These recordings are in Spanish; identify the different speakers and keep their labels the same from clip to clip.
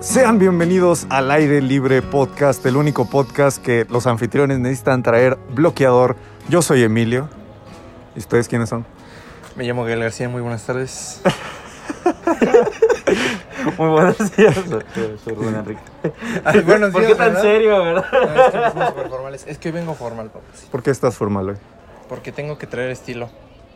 Speaker 1: Sean bienvenidos al Aire Libre Podcast, el único podcast que los anfitriones necesitan traer bloqueador. Yo soy Emilio. ¿Y ustedes quiénes son?
Speaker 2: Me llamo Gael García, muy buenas tardes.
Speaker 3: Muy buenos días.
Speaker 2: Ay, buenos
Speaker 3: ¿Por
Speaker 2: días,
Speaker 3: qué tan
Speaker 2: ¿verdad?
Speaker 3: serio, verdad?
Speaker 2: No, es que nos fuimos súper formales. Es que hoy vengo formal, papás.
Speaker 1: ¿Por qué estás formal hoy?
Speaker 2: Porque tengo que traer estilo.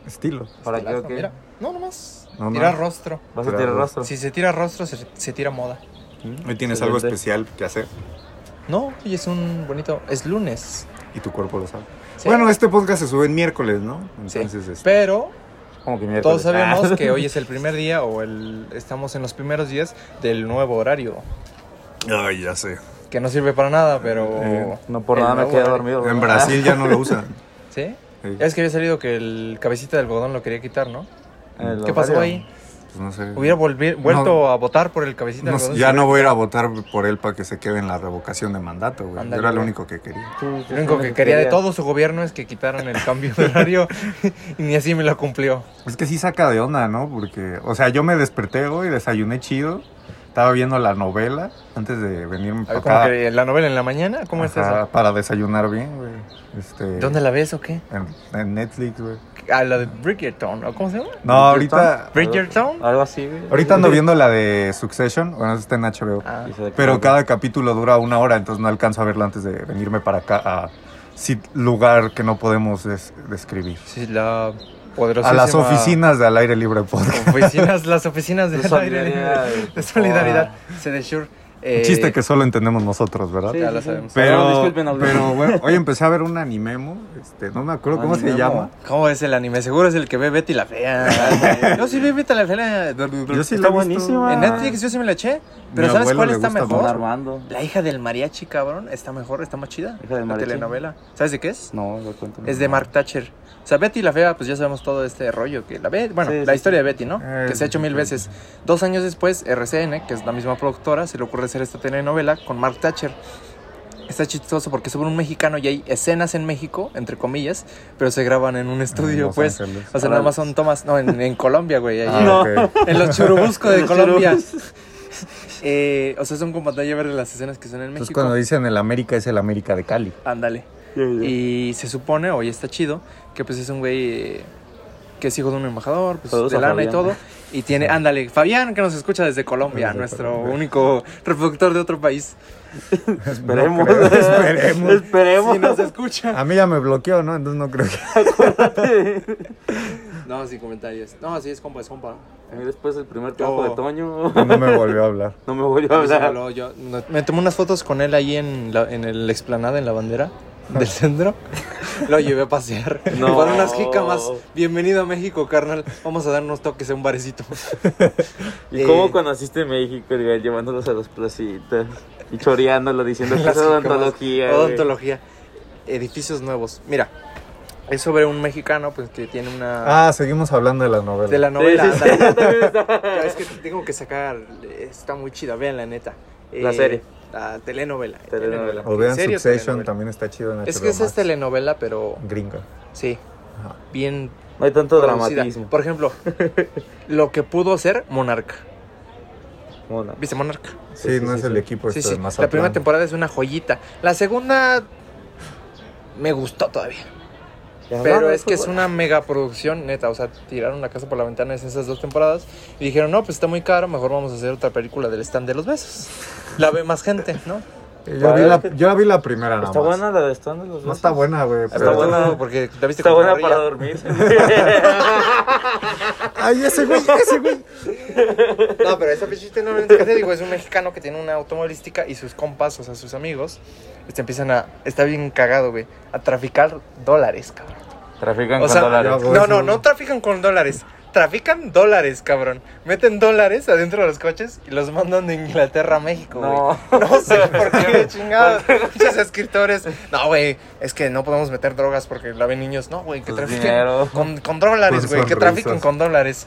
Speaker 1: Estilo.
Speaker 3: ¿Para qué o
Speaker 2: Estilazo,
Speaker 3: qué?
Speaker 2: mira. No, nomás.
Speaker 1: No, no.
Speaker 2: Tira rostro.
Speaker 3: ¿Vas a tirar rostro?
Speaker 2: Si se tira rostro, se, se tira moda.
Speaker 1: Hoy tienes
Speaker 3: Excelente.
Speaker 1: algo especial que hacer
Speaker 2: No, y es un bonito. Es lunes.
Speaker 1: y tu cuerpo lo sabe.
Speaker 2: Sí.
Speaker 1: Bueno, este podcast se sube en miércoles, ¿no?
Speaker 2: Sí.
Speaker 1: Entonces, este,
Speaker 2: Pero
Speaker 3: Como que
Speaker 2: todos
Speaker 3: miércoles.
Speaker 2: sabemos
Speaker 3: Ah.
Speaker 2: que hoy es el primer día o el, estamos en los primeros días del nuevo horario.
Speaker 1: Ay, ya sé.
Speaker 2: Que no sirve para nada, pero.
Speaker 1: Eh,
Speaker 3: No por
Speaker 2: el
Speaker 3: nada me
Speaker 2: nuevo
Speaker 3: quedé
Speaker 2: horario-
Speaker 3: dormido.
Speaker 1: En
Speaker 3: ¿verdad?
Speaker 1: Brasil ya no lo usan.
Speaker 2: ¿Sí?
Speaker 1: Sí.
Speaker 2: Ya Es que había salido que el cabecita del algodón lo quería quitar, ¿no?
Speaker 3: El
Speaker 2: ¿Qué pasó
Speaker 3: horario.
Speaker 2: ahí?
Speaker 1: Pues no sé.
Speaker 2: Hubiera volvi- vuelto a votar por el cabecita
Speaker 1: No,
Speaker 2: del algodón.
Speaker 1: ya
Speaker 2: si
Speaker 1: no voy a ir a votar por él para que se quede en la revocación de mandato, güey. Yo
Speaker 2: Ándale,
Speaker 1: era lo
Speaker 2: güey.
Speaker 1: único que quería.
Speaker 3: Tú- tú
Speaker 2: Lo único
Speaker 3: sabes
Speaker 2: que quería de todo su gobierno es que quitaran el cambio de horario y ni así me lo cumplió.
Speaker 1: Es que sí saca de onda, ¿no? Porque, o sea, yo me desperté hoy, desayuné chido, estaba viendo la novela antes de venirme
Speaker 2: A ver,
Speaker 1: para
Speaker 2: como
Speaker 1: acá.
Speaker 2: que la novela en la mañana, ¿cómo es
Speaker 1: Ajá,
Speaker 2: eso?
Speaker 1: Para desayunar bien, güey. Este,
Speaker 2: ¿Dónde la ves o qué?
Speaker 1: En, en Netflix, güey.
Speaker 2: A la de Bridgerton, ¿o cómo se llama?
Speaker 1: No, ahorita,
Speaker 2: ¿Bridgerton?
Speaker 3: Algo así, güey.
Speaker 1: ahorita ando viendo la de Succession, bueno, eso está en HBO.
Speaker 2: Ah,
Speaker 3: Y se da
Speaker 1: Pero
Speaker 3: cuenta.
Speaker 1: cada capítulo dura una hora, entonces no alcanzo a verla antes de venirme para acá a sit- lugar que no podemos des- describir.
Speaker 2: sí, la poderosa.
Speaker 1: A las oficinas de Al Aire Libre Podcast.
Speaker 2: Oficinas, las oficinas de
Speaker 3: De solidaridad.
Speaker 2: De solidaridad. Se de Shure, eh,
Speaker 1: Un chiste que solo entendemos nosotros, ¿verdad?
Speaker 3: Sí,
Speaker 2: Ya
Speaker 3: sí,
Speaker 2: la
Speaker 3: sí.
Speaker 2: sabemos.
Speaker 1: Pero,
Speaker 3: Perdón, disculpen, hablé.
Speaker 1: pero bueno, hoy empecé a ver un animemo, este, no me acuerdo cómo se
Speaker 3: Animemo.
Speaker 1: llama.
Speaker 2: ¿Cómo es el anime? Seguro es el que ve Betty la Fea. Yo sí vi Betty la Fea.
Speaker 1: Yo sí la he
Speaker 3: Está
Speaker 1: visto.
Speaker 3: buenísima.
Speaker 2: En Netflix yo sí me la eché. Pero
Speaker 1: Mi
Speaker 2: ¿sabes
Speaker 1: abuelo
Speaker 2: cuál
Speaker 1: le
Speaker 2: está
Speaker 1: gusta
Speaker 3: Don
Speaker 1: mucho.
Speaker 2: mejor?
Speaker 3: Armando.
Speaker 2: La hija del mariachi, cabrón, está mejor, está más chida.
Speaker 3: Hija del
Speaker 2: la
Speaker 3: mariachi.
Speaker 2: telenovela. ¿Sabes de qué es?
Speaker 3: No, lo cuento.
Speaker 2: Es de Mark Thatcher. O sea, Betty la fea, pues ya sabemos todo este rollo que la ve, bueno,
Speaker 3: Sí,
Speaker 2: la
Speaker 3: sí,
Speaker 2: historia de Betty, ¿no?
Speaker 1: Eh,
Speaker 2: que se ha hecho
Speaker 1: sí,
Speaker 2: mil
Speaker 1: sí.
Speaker 2: veces. Dos años después, RCN, que es la misma productora, se le ocurre hacer esta telenovela con Mark Thatcher. Está chistoso porque sobre un mexicano y hay escenas en México, entre comillas, pero se graban en un estudio,
Speaker 1: Los
Speaker 2: pues.
Speaker 1: Ángeles.
Speaker 2: O sea, nada más son tomas, no, en, en Colombia, güey. ahí
Speaker 1: Ah,
Speaker 3: No.
Speaker 1: ok.
Speaker 2: en los churubusco de
Speaker 3: Los
Speaker 2: Colombia.
Speaker 3: churubuscos.
Speaker 2: Eh, o sea, son con pantalla verde las escenas que son en
Speaker 1: Entonces
Speaker 2: México.
Speaker 1: cuando dicen el América es el América de Cali.
Speaker 2: Ándale.
Speaker 3: Y
Speaker 2: Y se supone, hoy está chido, que pues es un güey eh, que es hijo de un embajador, pues
Speaker 3: Saludos
Speaker 2: de
Speaker 3: a
Speaker 2: lana y
Speaker 3: Fabián.
Speaker 2: todo. Y tiene, ándale, Fabián que nos escucha desde Colombia,
Speaker 1: Desde
Speaker 2: nuestro
Speaker 1: Colombia.
Speaker 2: único reproductor de otro país.
Speaker 3: Esperemos.
Speaker 1: No creo, esperemos.
Speaker 3: Esperemos.
Speaker 2: Si nos escucha.
Speaker 3: Ah.
Speaker 1: A mí ya me bloqueó, ¿no? Entonces no creo que...
Speaker 2: No, sin comentarios. No, sí, es compa, es compa.
Speaker 3: A mí después el primer trabajo
Speaker 2: Yo-
Speaker 3: de Toño.
Speaker 1: No me volvió a hablar.
Speaker 3: No me voy a
Speaker 2: A mí sí me
Speaker 3: hablar.
Speaker 2: habló, Pues, yo- Oh. no- me tomé unas fotos con él ahí en, la- en el explanada, en la bandera del centro. Lo llevé a pasear.
Speaker 3: No.
Speaker 2: Para unas jícamas. Bienvenido a México, carnal. Vamos a darnos toques en un barecito.
Speaker 3: ¿Y cómo
Speaker 2: Eh,
Speaker 3: conociste México, güey? Llevándolos a las placitas y choreándolo, diciendo que es
Speaker 2: Las jícamas.
Speaker 3: odontología. güey.
Speaker 2: Odontología. Edificios nuevos. Mira, es sobre un mexicano pues que tiene una...
Speaker 1: Ah, seguimos hablando de la novela.
Speaker 2: de la
Speaker 3: Sí,
Speaker 2: novela.
Speaker 3: sí, sí,
Speaker 2: ándale.
Speaker 3: yo también estaba-
Speaker 2: Ya ves que tengo que sacar... Está muy chida, vean la neta. Eh,
Speaker 3: La serie.
Speaker 2: La telenovela.
Speaker 3: Telenovela.
Speaker 1: O
Speaker 2: En
Speaker 1: vean
Speaker 2: serio,
Speaker 1: Succession,
Speaker 2: telenovela.
Speaker 1: también está chido en HBO
Speaker 2: Es este que esa es
Speaker 1: Max.
Speaker 2: telenovela, pero
Speaker 1: Gringa.
Speaker 2: sí,
Speaker 1: Ajá.
Speaker 2: bien
Speaker 3: No hay tanto
Speaker 2: producida.
Speaker 3: dramatismo.
Speaker 2: Por ejemplo, lo que pudo hacer Monarca.
Speaker 3: Mona.
Speaker 2: ¿Viste Monarca?
Speaker 1: Sí, no es el equipo
Speaker 2: sí,
Speaker 1: este
Speaker 2: sí.
Speaker 1: de
Speaker 2: La
Speaker 1: Mazatlán.
Speaker 2: primera temporada es una joyita. La segunda me gustó todavía. Pero es que es una megaproducción, neta. O sea, tiraron la casa por la ventana en esas dos temporadas y dijeron, no, pues está muy caro, mejor vamos a hacer otra película del stand de los besos. La ve más gente, ¿no?
Speaker 1: Yo, vi la, yo la vi la primera nada
Speaker 3: Está
Speaker 1: más.
Speaker 3: buena la de Stone de los
Speaker 1: No está
Speaker 3: Besos?
Speaker 1: buena, güey.
Speaker 3: Está
Speaker 1: pero-
Speaker 3: buena.
Speaker 2: No, porque la viste
Speaker 3: Está
Speaker 2: con
Speaker 3: buena
Speaker 2: María.
Speaker 3: para dormir.
Speaker 1: Ay, ese güey, ese güey.
Speaker 2: No, pero esa pichita no es que te digo, es un mexicano que tiene una automovilística y sus compas, o sea, sus amigos, este, empiezan a, está bien cagado, güey, a traficar dólares, cabrón.
Speaker 3: Trafican
Speaker 2: O sea,
Speaker 3: con
Speaker 1: ya,
Speaker 3: dólares.
Speaker 1: güey.
Speaker 2: no, no, no trafican con dólares. Trafican dólares, cabrón. Meten dólares adentro de los coches y los mandan de Inglaterra a México,
Speaker 3: No.
Speaker 2: güey. No sé por qué, chingados. Muchos escritores. No, güey, es que no podemos meter drogas porque la ven niños. No, güey, que
Speaker 3: Pues
Speaker 2: trafiquen
Speaker 3: dinero.
Speaker 2: con, con dólares,
Speaker 1: Con
Speaker 2: güey. Que
Speaker 1: sonrisas.
Speaker 2: trafiquen con dólares.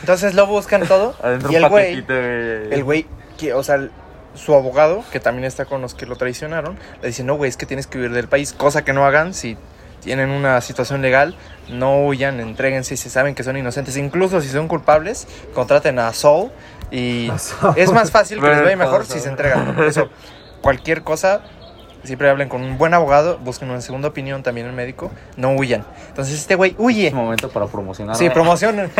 Speaker 2: Entonces lo buscan todo.
Speaker 3: Adentro
Speaker 2: y
Speaker 3: un
Speaker 2: el güey,
Speaker 3: paquetito, güey.
Speaker 2: el güey, que, o sea, el- su abogado, que también está con los que lo traicionaron, le dice, no, güey, es que tienes que huir del país, cosa que no hagan si tienen una situación legal, no huyan, entréguense si saben que son inocentes, incluso si son culpables, contraten a Saul Y
Speaker 1: Pasado.
Speaker 2: es más fácil que les vaya mejor
Speaker 3: Pasado.
Speaker 2: si se entregan. Por Eso, cualquier cosa, siempre hablen con un buen abogado, busquen una segunda opinión también el médico, no huyan. Entonces este güey huye.
Speaker 3: Es momento para promocionar.
Speaker 2: Sí, promocionen.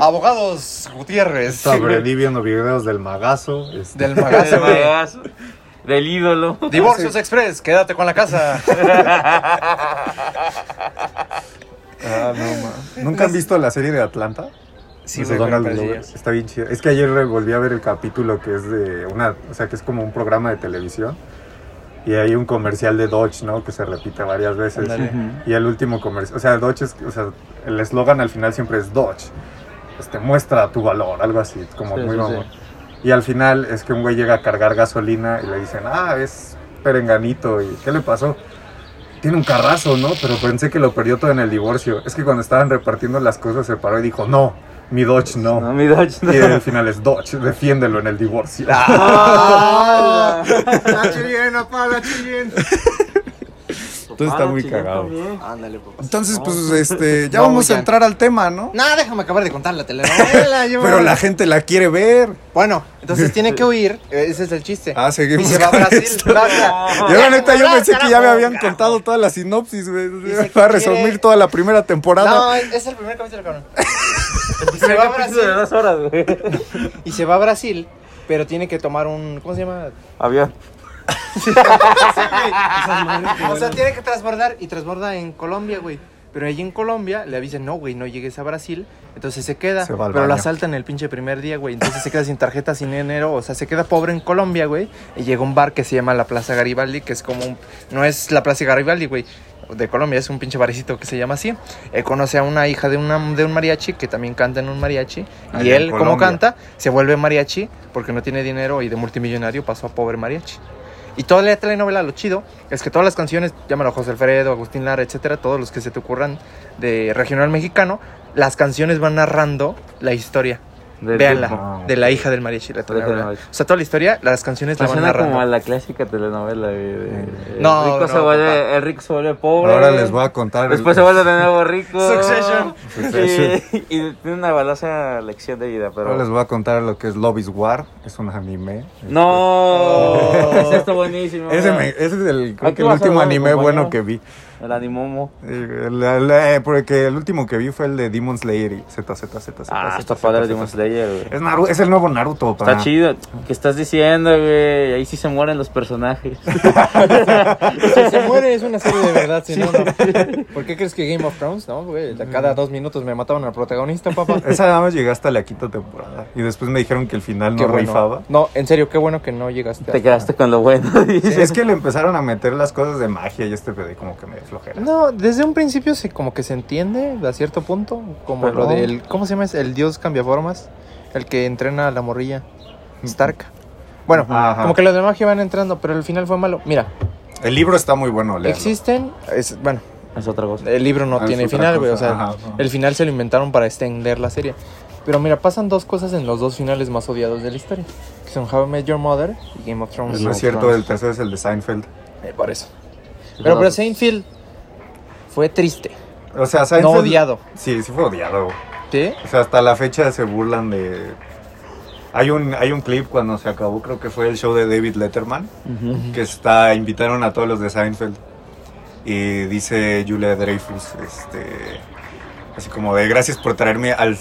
Speaker 2: Abogados Gutiérrez.
Speaker 1: Aprendí viendo videos del magazo. este,
Speaker 2: Del
Speaker 3: Del
Speaker 2: magazo, güey.
Speaker 3: magazo, Del ídolo.
Speaker 2: Divorcios Express, quédate con la casa.
Speaker 1: Ah, no, man. ¿Nunca han visto la serie de Atlanta?
Speaker 2: Sí,
Speaker 1: Ese pues,
Speaker 2: güey, pero
Speaker 1: Donald
Speaker 2: parecía.
Speaker 1: Glover. Está bien chido. Es que ayer volví a ver el capítulo que es de una, o sea, que es como un programa de televisión. Y hay un comercial de Dodge, ¿no? Que se repite varias veces.
Speaker 2: Ándale.
Speaker 1: Y el último comercial, o sea, Dodge es, o sea, el eslogan al final siempre es Dodge. Este, muestra tu valor, algo así, como
Speaker 3: Sí,
Speaker 1: muy
Speaker 3: sí,
Speaker 1: mamón. Y al final es que un güey llega a cargar gasolina y le dicen, ah, es perenganito, ¿y qué le pasó? Tiene un carrazo, ¿no? Pero pensé que lo perdió todo en el divorcio. Es que cuando estaban repartiendo las cosas se paró y dijo, no, mi Dodge no.
Speaker 3: No, mi Dodge no.
Speaker 1: Y al final es Dodge, defiéndelo en el divorcio.
Speaker 3: Ah,
Speaker 1: Tú está muy cagado.
Speaker 2: Ándale, papá.
Speaker 1: Entonces,
Speaker 3: No.
Speaker 1: pues, este, ya
Speaker 2: No,
Speaker 1: vamos
Speaker 2: ya.
Speaker 1: a entrar al tema, ¿no?
Speaker 2: Nada, déjame acabar de contar la telenovela. yo-
Speaker 1: Pero la gente la quiere ver.
Speaker 2: Bueno, entonces tiene que huir. eh, Ese es el chiste.
Speaker 1: Ah,
Speaker 2: y
Speaker 1: seguimos.
Speaker 2: se va a
Speaker 1: con
Speaker 2: Brasil.
Speaker 1: esto.
Speaker 2: Brasil.
Speaker 1: Yo la neta, yo
Speaker 2: Ah,
Speaker 1: pensé que ya me
Speaker 2: carajo,
Speaker 1: habían
Speaker 2: carajo.
Speaker 1: contado toda la sinopsis, güey.
Speaker 2: Dice que
Speaker 1: Para resumir
Speaker 2: quiere-
Speaker 1: toda la primera temporada.
Speaker 2: No, es el primer capítulo, cabrón. Y se va a
Speaker 3: de
Speaker 2: Brasil.
Speaker 3: dos horas, güey.
Speaker 2: Y se va a Brasil, pero tiene que tomar un. ¿Cómo se llama?
Speaker 3: Avión.
Speaker 2: O sea, tiene que transbordar y transborda en Colombia, güey. Pero allí en Colombia le avisan, no, güey, no llegues a Brasil. Entonces se queda,
Speaker 1: Se va al
Speaker 2: pero lo
Speaker 1: baño.
Speaker 2: asaltan el pinche primer día, güey. Entonces se queda sin tarjeta, sin dinero. O sea, se queda pobre en Colombia, güey. Y llega a un bar que se llama la Plaza Garibaldi, que es como un... No es la Plaza Garibaldi, güey. De Colombia, es un pinche baricito que se llama así. Él conoce a una hija de, una, de un mariachi que también canta en un mariachi. y
Speaker 1: Allá en
Speaker 2: él, como
Speaker 1: Colombia.
Speaker 2: canta, se vuelve mariachi porque no tiene dinero y de multimillonario pasó a pobre mariachi. Y toda la telenovela, lo chido, es que todas las canciones, llámalo José Alfredo, Agustín Lara, etcétera, todos los que se te ocurran de regional mexicano, las canciones van narrando la historia.
Speaker 3: Del
Speaker 2: Véanla,
Speaker 3: tipo.
Speaker 2: de la hija del mariachi, la telenovela.
Speaker 3: mariachi.
Speaker 2: O sea, toda la historia, las canciones la van
Speaker 3: Suena como a
Speaker 2: narrando.
Speaker 3: la clásica telenovela, güey. de- de-
Speaker 2: Eh, No,
Speaker 3: el rico
Speaker 2: no,
Speaker 3: se vuelve,
Speaker 2: papá.
Speaker 3: el rico se vuelve pobre.
Speaker 1: Ahora les voy a contar. el-
Speaker 3: Después se vuelve de nuevo rico.
Speaker 2: Succession.
Speaker 1: Succession.
Speaker 3: Y, y tiene una balaza lección de vida,
Speaker 1: Ahora les
Speaker 3: pero.
Speaker 1: voy a contar lo que es Love is War. Es un anime.
Speaker 3: No,
Speaker 2: Oh.
Speaker 3: ese está buenísimo.
Speaker 1: Ese,
Speaker 3: güey.
Speaker 1: me- ese es el, creo
Speaker 3: Aquí
Speaker 1: que el
Speaker 3: vas a
Speaker 1: último
Speaker 3: hablar,
Speaker 1: anime bueno
Speaker 3: compañero.
Speaker 1: que vi.
Speaker 3: El animomo.
Speaker 1: Eh, la- la- eh, porque el último que vi fue el de Demon Slayer y ZZZ.
Speaker 3: Ah, está padre Demon Slayer, güey.
Speaker 1: Es, Naru- es el nuevo Naruto,
Speaker 3: Está
Speaker 1: pa.
Speaker 3: chido. ¿Qué estás diciendo, güey? Ahí sí se mueren los personajes.
Speaker 2: Si se muere es una serie de verdad, si no, no. ¿Por qué crees que Game of Thrones, no, güey?
Speaker 1: Mm.
Speaker 2: Cada dos minutos me mataban al protagonista, papá.
Speaker 1: Esa nada más llegué hasta la quinta temporada. Y después me dijeron que el final
Speaker 2: Qué
Speaker 1: no
Speaker 2: bueno.
Speaker 1: rifaba.
Speaker 2: No, en serio, qué bueno que no llegaste.
Speaker 3: Te
Speaker 2: hasta-
Speaker 3: quedaste con lo bueno.
Speaker 1: Sí, es que le empezaron a meter las cosas de magia y este pedí como que me dio flojera.
Speaker 2: No, desde un principio se como que se entiende a cierto punto, como
Speaker 3: Pero-
Speaker 2: lo del ¿cómo se llama? ese? El dios cambiaformas, el que entrena a la morrilla Stark. Bueno,
Speaker 1: Mm. Ajá.
Speaker 2: como que los de magia van entrando, pero el final fue malo. Mira,
Speaker 1: El libro está muy bueno, léanlo.
Speaker 2: existen, es, bueno,
Speaker 3: Es otra cosa.
Speaker 2: el libro no
Speaker 1: Ah, es
Speaker 2: tiene
Speaker 1: otra
Speaker 2: final, güey, o
Speaker 1: cosa.
Speaker 2: sea,
Speaker 1: Ajá, ajá.
Speaker 2: el final se lo inventaron para extender la serie. Pero mira, pasan dos cosas en los dos finales más odiados de la historia, que son How I Met Your Mother y Game of Thrones.
Speaker 1: No es cierto, el tercero es el de Seinfeld.
Speaker 2: Eh, por eso. Pero, pero Seinfeld fue triste,
Speaker 1: O sea, Seinfeld...
Speaker 2: no odiado.
Speaker 1: Sí, sí fue odiado.
Speaker 2: ¿Sí?
Speaker 1: O sea, hasta la fecha se burlan de... Hay un, hay un clip cuando se acabó, creo que fue el show de David Letterman,
Speaker 3: Ujú.
Speaker 1: que está invitaron a todos los de Seinfeld. Y dice Julia Dreyfus, este, así como de gracias por traerme al,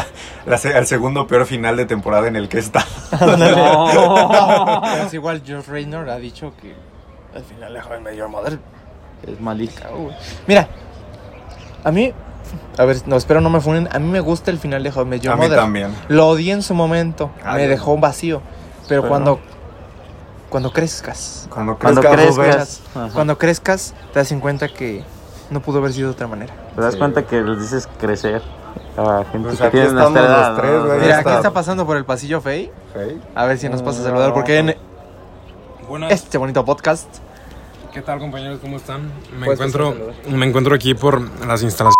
Speaker 1: la se- al segundo peor final de temporada en el que está.
Speaker 3: No.
Speaker 2: Pero es igual, George Raynor ha dicho que al final la joven mayor madre.
Speaker 3: Es malísimo.
Speaker 2: cago, güey. Mira, a mí, a ver, no, espero no me funen. A mí me gusta el final de Joven Major
Speaker 1: a mí
Speaker 2: Mother.
Speaker 1: también.
Speaker 2: Lo odié en su momento,
Speaker 1: Ah,
Speaker 2: me
Speaker 1: ya.
Speaker 2: dejó un vacío. Pero,
Speaker 3: Pero
Speaker 2: cuando, cuando crezcas,
Speaker 1: Cuando
Speaker 3: Cuando
Speaker 1: crezcas, Rubén.
Speaker 3: crezcas. Ajá.
Speaker 2: cuando crezcas, te das en cuenta que no pudo haber sido de otra manera.
Speaker 3: Te das
Speaker 1: Sí,
Speaker 3: cuenta que les dices crecer a gente
Speaker 1: Pues
Speaker 3: que
Speaker 1: aquí
Speaker 3: tiene
Speaker 1: estamos
Speaker 3: nuestra edad.
Speaker 1: los tres,
Speaker 3: ¿no?
Speaker 1: güey. Ahí
Speaker 2: Mira,
Speaker 1: está. Ah.
Speaker 2: aquí está pasando por el pasillo Fey.
Speaker 1: Ok.
Speaker 2: A ver si nos pasa a saludar, porque en
Speaker 4: Buenas,
Speaker 2: este bonito podcast.
Speaker 4: ¿qué tal compañeros? ¿Cómo están? Me
Speaker 2: Puedes pasar
Speaker 4: encuentro,
Speaker 2: a saludar.
Speaker 4: me encuentro aquí por las instalaciones.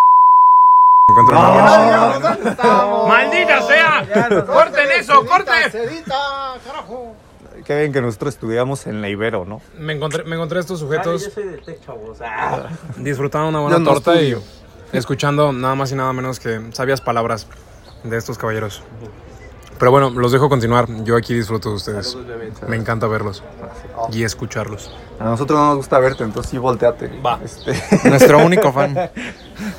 Speaker 4: Me encuentro
Speaker 1: No.
Speaker 4: en una-
Speaker 1: digamos
Speaker 2: ¿dónde estamos?
Speaker 4: ¡Maldita sea! ¡Corten eso, corten!
Speaker 1: Qué bien que nosotros estudiamos en la Ibero, ¿no?
Speaker 4: me encontré, me encontré estos sujetos
Speaker 3: soy de tech, chavos. ah.
Speaker 4: disfrutando una buena
Speaker 1: no
Speaker 4: torta y
Speaker 1: estudio.
Speaker 4: escuchando nada más y nada menos que sabias palabras de estos caballeros. Pero bueno, los dejo continuar. Yo aquí disfruto de ustedes.
Speaker 3: Saludos, bebé.
Speaker 4: Me encanta verlos y escucharlos.
Speaker 1: A nosotros no nos gusta verte, entonces sí volteate.
Speaker 4: Va.
Speaker 1: Este,
Speaker 2: Nuestro único fan.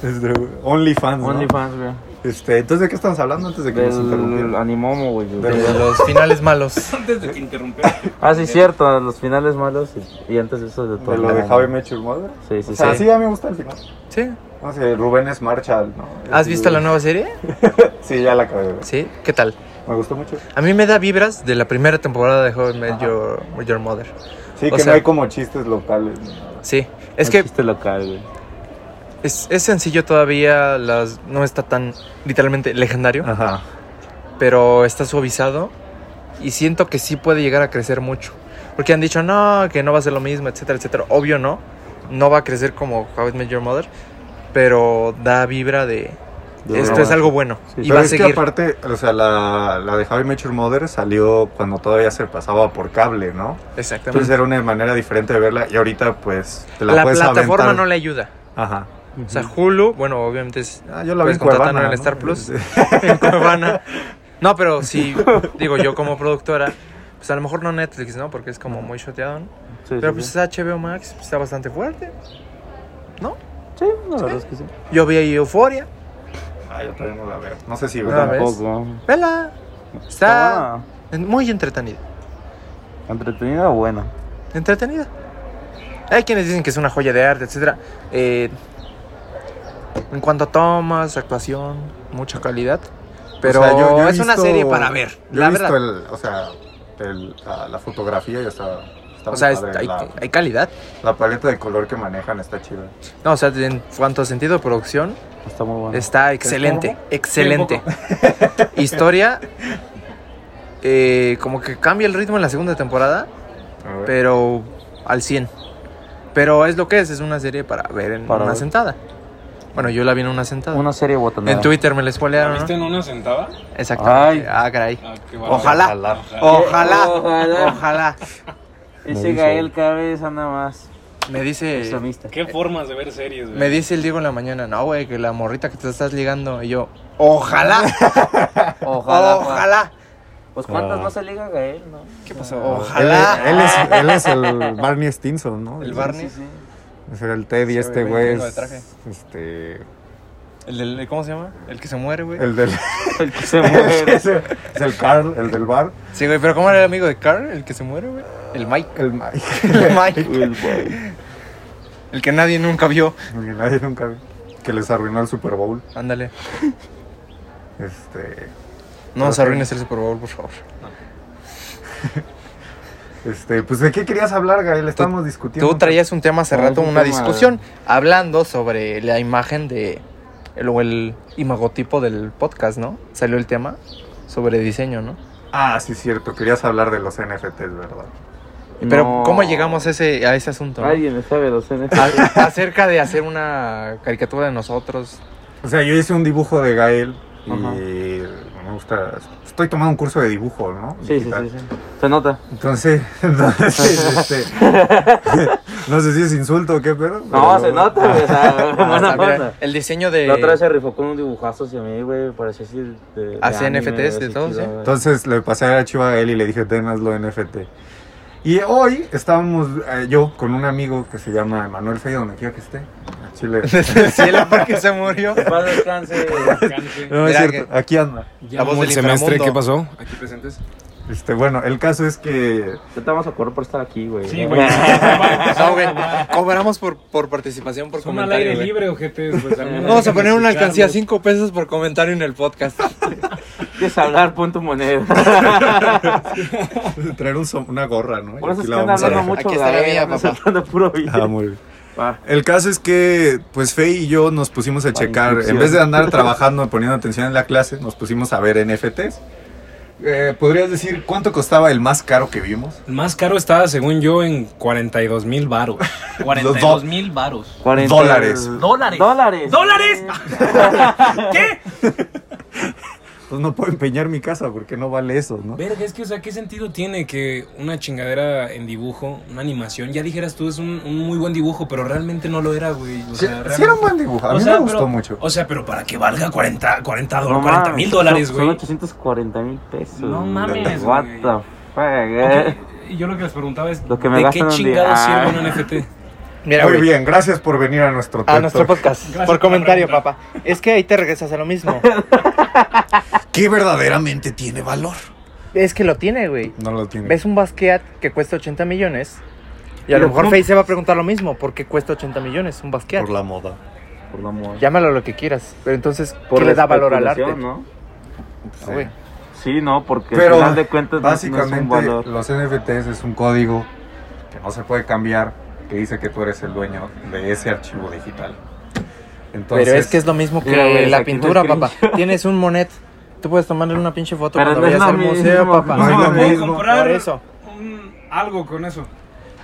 Speaker 1: este, OnlyFans. ¿no?
Speaker 3: OnlyFans, güey.
Speaker 1: Este, entonces, ¿de qué estamos hablando antes de que nos
Speaker 3: Del
Speaker 2: ah,
Speaker 1: interrumpieran?
Speaker 3: animomo, güey. güey.
Speaker 1: Del-
Speaker 2: De los finales malos.
Speaker 5: Antes de que interrumpiera.
Speaker 3: Ah, sí, cierto, los finales malos y, y antes eso de todo.
Speaker 1: De lo de How I Met Your Mother.
Speaker 3: Sí, sí,
Speaker 1: O sea,
Speaker 3: sí.
Speaker 1: sí, a mí me gusta el final.
Speaker 2: Sí.
Speaker 1: No sé, Rubén es Marshall, ¿no?
Speaker 2: ¿Has visto la nueva serie?
Speaker 1: Sí, ya la acabé de ver.
Speaker 2: Sí. ¿Qué tal?
Speaker 1: Me gustó mucho.
Speaker 2: A mí me da vibras de la primera temporada de How I Met Your, Your Mother.
Speaker 1: Sí,
Speaker 2: O
Speaker 1: que
Speaker 2: sea-
Speaker 1: no hay como chistes locales. ¿no?
Speaker 2: Sí. Es que
Speaker 3: Chiste local, güey.
Speaker 2: es, es sencillo todavía, las, no está tan literalmente legendario,
Speaker 1: Ajá.
Speaker 2: pero está suavizado y siento que sí puede llegar a crecer mucho. Porque han dicho, no, que no va a ser lo mismo, etcétera, etcétera. Obvio no, no va a crecer como How I Met Your Mother, pero da vibra de...
Speaker 1: De
Speaker 2: esto
Speaker 1: broma.
Speaker 2: es algo bueno
Speaker 3: Sí,
Speaker 2: y
Speaker 1: Pero
Speaker 2: va a
Speaker 1: es que
Speaker 2: seguir.
Speaker 1: aparte, o sea, la, la de How I Met Your Mother salió cuando todavía se pasaba por cable, ¿no?
Speaker 2: Exactamente.
Speaker 1: Entonces era una manera diferente de verla y ahorita pues te la,
Speaker 2: la
Speaker 1: puedes
Speaker 2: plataforma
Speaker 1: aventar.
Speaker 2: no le ayuda.
Speaker 1: Ajá.
Speaker 2: O sea, Hulu, bueno, obviamente es
Speaker 1: Ah, yo la vi
Speaker 2: Pues
Speaker 1: en Cuevana,
Speaker 2: contrataron el
Speaker 1: ¿no?
Speaker 2: Star Plus. en Cuevana. No, pero sí, digo yo como productora, pues a lo mejor no Netflix, ¿no? Porque es como muy shoteado. ¿no?
Speaker 3: Sí,
Speaker 2: Pero
Speaker 3: sí,
Speaker 2: pues
Speaker 3: sí.
Speaker 2: HBO Max está bastante fuerte.
Speaker 3: Sí, la verdad es que sí.
Speaker 2: Yo vi ahí Euforia.
Speaker 1: Ah, yo todavía no la veo. No sé si
Speaker 2: No la
Speaker 1: verdad.
Speaker 2: veo.
Speaker 3: Tampoco.
Speaker 2: Vela. Está
Speaker 3: Está
Speaker 2: en- muy entretenida.
Speaker 3: buena. Entretenida o buena.
Speaker 2: Entretenida. Hay quienes dicen que es una joya de arte, etcétera. Eh, en cuanto a tomas, actuación, mucha calidad. Pero
Speaker 1: O sea, yo- yo he
Speaker 2: es una
Speaker 1: visto-
Speaker 2: serie para ver.
Speaker 1: Yo
Speaker 2: la
Speaker 1: he visto
Speaker 2: verdad.
Speaker 1: el, o sea, el- la, la fotografía y está, está
Speaker 2: O
Speaker 1: muy
Speaker 2: sea, es-
Speaker 1: padre.
Speaker 2: hay-
Speaker 1: la,
Speaker 2: hay calidad.
Speaker 1: la paleta de color que manejan está chida.
Speaker 2: No, o sea, en cuanto a sentido de producción,
Speaker 3: Está muy buena.
Speaker 2: está excelente, excelente. Historia, eh, como que cambia el ritmo en la segunda temporada,
Speaker 1: A ver.
Speaker 2: pero al 100. Pero es lo que es, es una serie para ver en
Speaker 3: Para
Speaker 2: una
Speaker 3: ver.
Speaker 2: sentada. Bueno, yo la vi en una sentada.
Speaker 3: Una serie botanera.
Speaker 2: En Twitter me la
Speaker 5: ¿La
Speaker 2: spoilearon.
Speaker 5: viste
Speaker 2: ¿no?
Speaker 5: en una sentada?
Speaker 2: Exactamente.
Speaker 3: Ay.
Speaker 2: Ah, caray.
Speaker 5: Ah, qué bárbaro.
Speaker 2: Ojalá. Ojalá. Ojalá.
Speaker 3: Ese Gael cada vez anda más
Speaker 2: Me dice.
Speaker 3: islamista.
Speaker 5: Qué formas de ver series, güey.
Speaker 2: Me dice el Diego en la mañana, no, güey, que la morrita que te estás ligando. Y yo, ojalá,
Speaker 3: Ojalá.
Speaker 2: ojalá.
Speaker 3: Pues cuántas no se liga Gael, ¿no?
Speaker 2: ¿Qué pasó?
Speaker 1: Él,
Speaker 2: Ojalá.
Speaker 1: él es, él es el Barney Stinson, ¿no?
Speaker 2: El Barney.
Speaker 3: Sí, sí.
Speaker 1: Ese era el Teddy,
Speaker 2: Se
Speaker 1: este
Speaker 2: ve
Speaker 1: güey.
Speaker 2: gringo de
Speaker 1: es,
Speaker 2: traje.
Speaker 1: Este.
Speaker 2: El del, ¿Cómo se llama? El que se muere, güey.
Speaker 1: El del.
Speaker 3: El que se
Speaker 1: es
Speaker 3: muere.
Speaker 1: el Carl, el del bar.
Speaker 2: Sí, güey, pero ¿cómo era el amigo de Carl? El que se muere, güey. El Mike.
Speaker 1: El Mike.
Speaker 2: El Mike.
Speaker 3: Uy, el güey.
Speaker 2: El que nadie nunca vio.
Speaker 1: Que nadie nunca vio. Que les arruinó el Super Bowl.
Speaker 2: Ándale.
Speaker 1: Este.
Speaker 2: No nos
Speaker 1: Ok.
Speaker 2: arruines el Super Bowl, por favor.
Speaker 1: Este. Pues, ¿de qué querías hablar, Gael? Estábamos discutiendo.
Speaker 2: Tú traías un tema hace
Speaker 3: No,
Speaker 2: rato,
Speaker 3: es un
Speaker 2: una
Speaker 3: tema de-
Speaker 2: discusión, hablando sobre la imagen de. El, o el imagotipo del podcast, ¿no? Salió el tema sobre diseño, ¿no?
Speaker 1: Ah, sí, cierto. Querías hablar de los NFTs, ¿verdad?
Speaker 2: Pero,
Speaker 3: No.
Speaker 2: ¿cómo llegamos a ese, a ese asunto? no?
Speaker 3: Alguien le sabe los NFTs.
Speaker 2: A- acerca de hacer una caricatura de nosotros.
Speaker 1: O sea, yo hice un dibujo de Gael. Y
Speaker 3: Ajá.
Speaker 1: me gusta. Estoy tomando un curso de dibujo, ¿no?
Speaker 3: Sí, sí,
Speaker 1: Digital.
Speaker 3: sí, sí. Se nota.
Speaker 1: Entonces, entonces, este, no sé si es insulto o qué, pero...
Speaker 3: No,
Speaker 1: pero-
Speaker 3: se nota, güey. O sea, buena
Speaker 2: Ah, Eh, mira,
Speaker 3: onda.
Speaker 2: el diseño de.
Speaker 3: La otra vez se rifó con un dibujazo hacia mí, güey. Parecía así de. de
Speaker 2: Hace
Speaker 3: anime,
Speaker 2: NFTs de
Speaker 3: así
Speaker 2: todo,
Speaker 3: chido,
Speaker 2: sí.
Speaker 3: güey.
Speaker 1: Entonces le pasé a la chiva a él y le dije, ten, hazlo NFT. Y hoy estábamos, eh, yo con un amigo que se llama Manuel Fey, donde quiera que esté, a Chile.
Speaker 2: Desde el cielo porque se murió.
Speaker 3: Paz descanse.
Speaker 5: Descanse.
Speaker 1: No, es
Speaker 2: Mira
Speaker 1: cierto, aquí anda.
Speaker 2: La voz
Speaker 4: Amo
Speaker 2: del
Speaker 4: el semestre,
Speaker 2: inframundo.
Speaker 4: ¿qué pasó?
Speaker 5: Aquí presentes.
Speaker 1: Este, bueno, el caso es que...
Speaker 3: Yo te vamos a correr por estar aquí, güey.
Speaker 5: Sí, güey. Vamos
Speaker 2: No, güey. Cobramos por, por participación, por
Speaker 5: al
Speaker 2: comentario.
Speaker 5: aire
Speaker 2: güey.
Speaker 5: libre, ojetes. Pues, al menos
Speaker 2: Vamos a poner una
Speaker 5: escucharlos.
Speaker 2: alcancía a 5 pesos por comentario en el podcast.
Speaker 3: Quieres hablar, pon tu moneda.
Speaker 1: Traer un som- una gorra, ¿no? Y
Speaker 3: Por eso
Speaker 1: aquí
Speaker 3: es
Speaker 1: la
Speaker 3: que andan
Speaker 1: vamos a
Speaker 3: hablando
Speaker 1: dejar.
Speaker 3: mucho.
Speaker 2: Aquí está la
Speaker 3: güey,
Speaker 2: mía,
Speaker 3: andan
Speaker 2: papá.
Speaker 3: soltando puro billete.
Speaker 1: Ah, muy bien.
Speaker 3: Va.
Speaker 1: El caso es que, pues, Fey y yo nos pusimos a
Speaker 3: La
Speaker 1: checar, en
Speaker 3: inscripción.
Speaker 1: vez de andar trabajando, poniendo atención en la clase, nos pusimos a ver NFTs. Eh, ¿Podrías decir cuánto costaba el más caro que vimos?
Speaker 5: El más caro estaba, según yo, en 42 mil baros.
Speaker 1: 42
Speaker 5: mil baros.
Speaker 3: 40
Speaker 1: Dólares.
Speaker 5: Dólares.
Speaker 3: Dólares.
Speaker 5: ¿Dólares? ¿Qué?
Speaker 1: Entonces Pues no puedo empeñar mi casa porque no vale eso, ¿no?
Speaker 5: Verga, es que, o sea, ¿qué sentido tiene que una chingadera en dibujo, una animación, ya dijeras tú, es un, un muy buen dibujo, pero realmente no lo era, güey? O
Speaker 1: Sí,
Speaker 5: sea,
Speaker 1: sí era un
Speaker 5: realmente-
Speaker 1: buen dibujo, a
Speaker 5: O
Speaker 1: mí
Speaker 5: sea,
Speaker 1: me gustó
Speaker 5: pero-
Speaker 1: mucho.
Speaker 5: O sea, pero para que valga 40, 40
Speaker 3: No
Speaker 5: dólares, 40 mil
Speaker 3: mames,
Speaker 5: dólares,
Speaker 3: son-
Speaker 5: güey.
Speaker 3: Son 840 mil pesos.
Speaker 5: No
Speaker 3: güey.
Speaker 5: mames,
Speaker 3: What
Speaker 5: güey.
Speaker 3: the fuck, eh.
Speaker 5: Ok, Yo lo que les preguntaba es,
Speaker 3: Lo que me
Speaker 5: ¿de
Speaker 3: gastan
Speaker 5: qué
Speaker 3: un día.
Speaker 5: chingados
Speaker 3: Ah.
Speaker 5: sirve un NFT?
Speaker 2: Mira,
Speaker 1: Muy
Speaker 2: güey,
Speaker 1: bien, gracias por venir a nuestro
Speaker 2: A
Speaker 1: TED
Speaker 2: nuestro
Speaker 1: Talk.
Speaker 2: podcast.
Speaker 5: Gracias por
Speaker 2: por
Speaker 5: la
Speaker 2: comentario,
Speaker 5: pregunta.
Speaker 2: papá. Es que ahí te regresas a lo mismo.
Speaker 1: ¿Qué verdaderamente tiene valor?
Speaker 2: es que lo tiene, güey.
Speaker 1: No lo tiene.
Speaker 2: Ves un Basquiat que cuesta 80 millones. Y a
Speaker 3: Pero
Speaker 2: lo mejor
Speaker 3: no-
Speaker 2: Face se va a preguntar lo mismo. ¿Por qué cuesta 80 millones un Basquiat?
Speaker 1: Por la moda.
Speaker 3: Por la moda.
Speaker 2: Llámalo lo que quieras. Pero entonces, ¿qué
Speaker 3: Por
Speaker 2: le
Speaker 3: la
Speaker 2: da valor al arte?
Speaker 3: especulación, ¿no?
Speaker 2: Ah, güey.
Speaker 3: Sí, no, porque
Speaker 1: Pero,
Speaker 3: al final de cuentas no- no es un
Speaker 1: Básicamente,
Speaker 3: valor.
Speaker 1: los NFTs es un código que no se puede cambiar, que dice que tú eres el dueño de ese archivo digital. Entonces,
Speaker 2: pero es que es lo mismo que
Speaker 3: Mira, güey,
Speaker 2: la
Speaker 3: aquí está
Speaker 2: pintura,
Speaker 3: escrito.
Speaker 2: papá. Tienes un monet. Tú puedes tomarle una pinche foto
Speaker 3: Pero
Speaker 2: cuando
Speaker 3: no es
Speaker 2: vayas al
Speaker 3: lo
Speaker 2: museo,
Speaker 3: mismo.
Speaker 2: papá.
Speaker 1: No es lo
Speaker 5: Puedo
Speaker 1: mismo.
Speaker 5: comprar
Speaker 2: Por eso.
Speaker 5: un- algo con eso.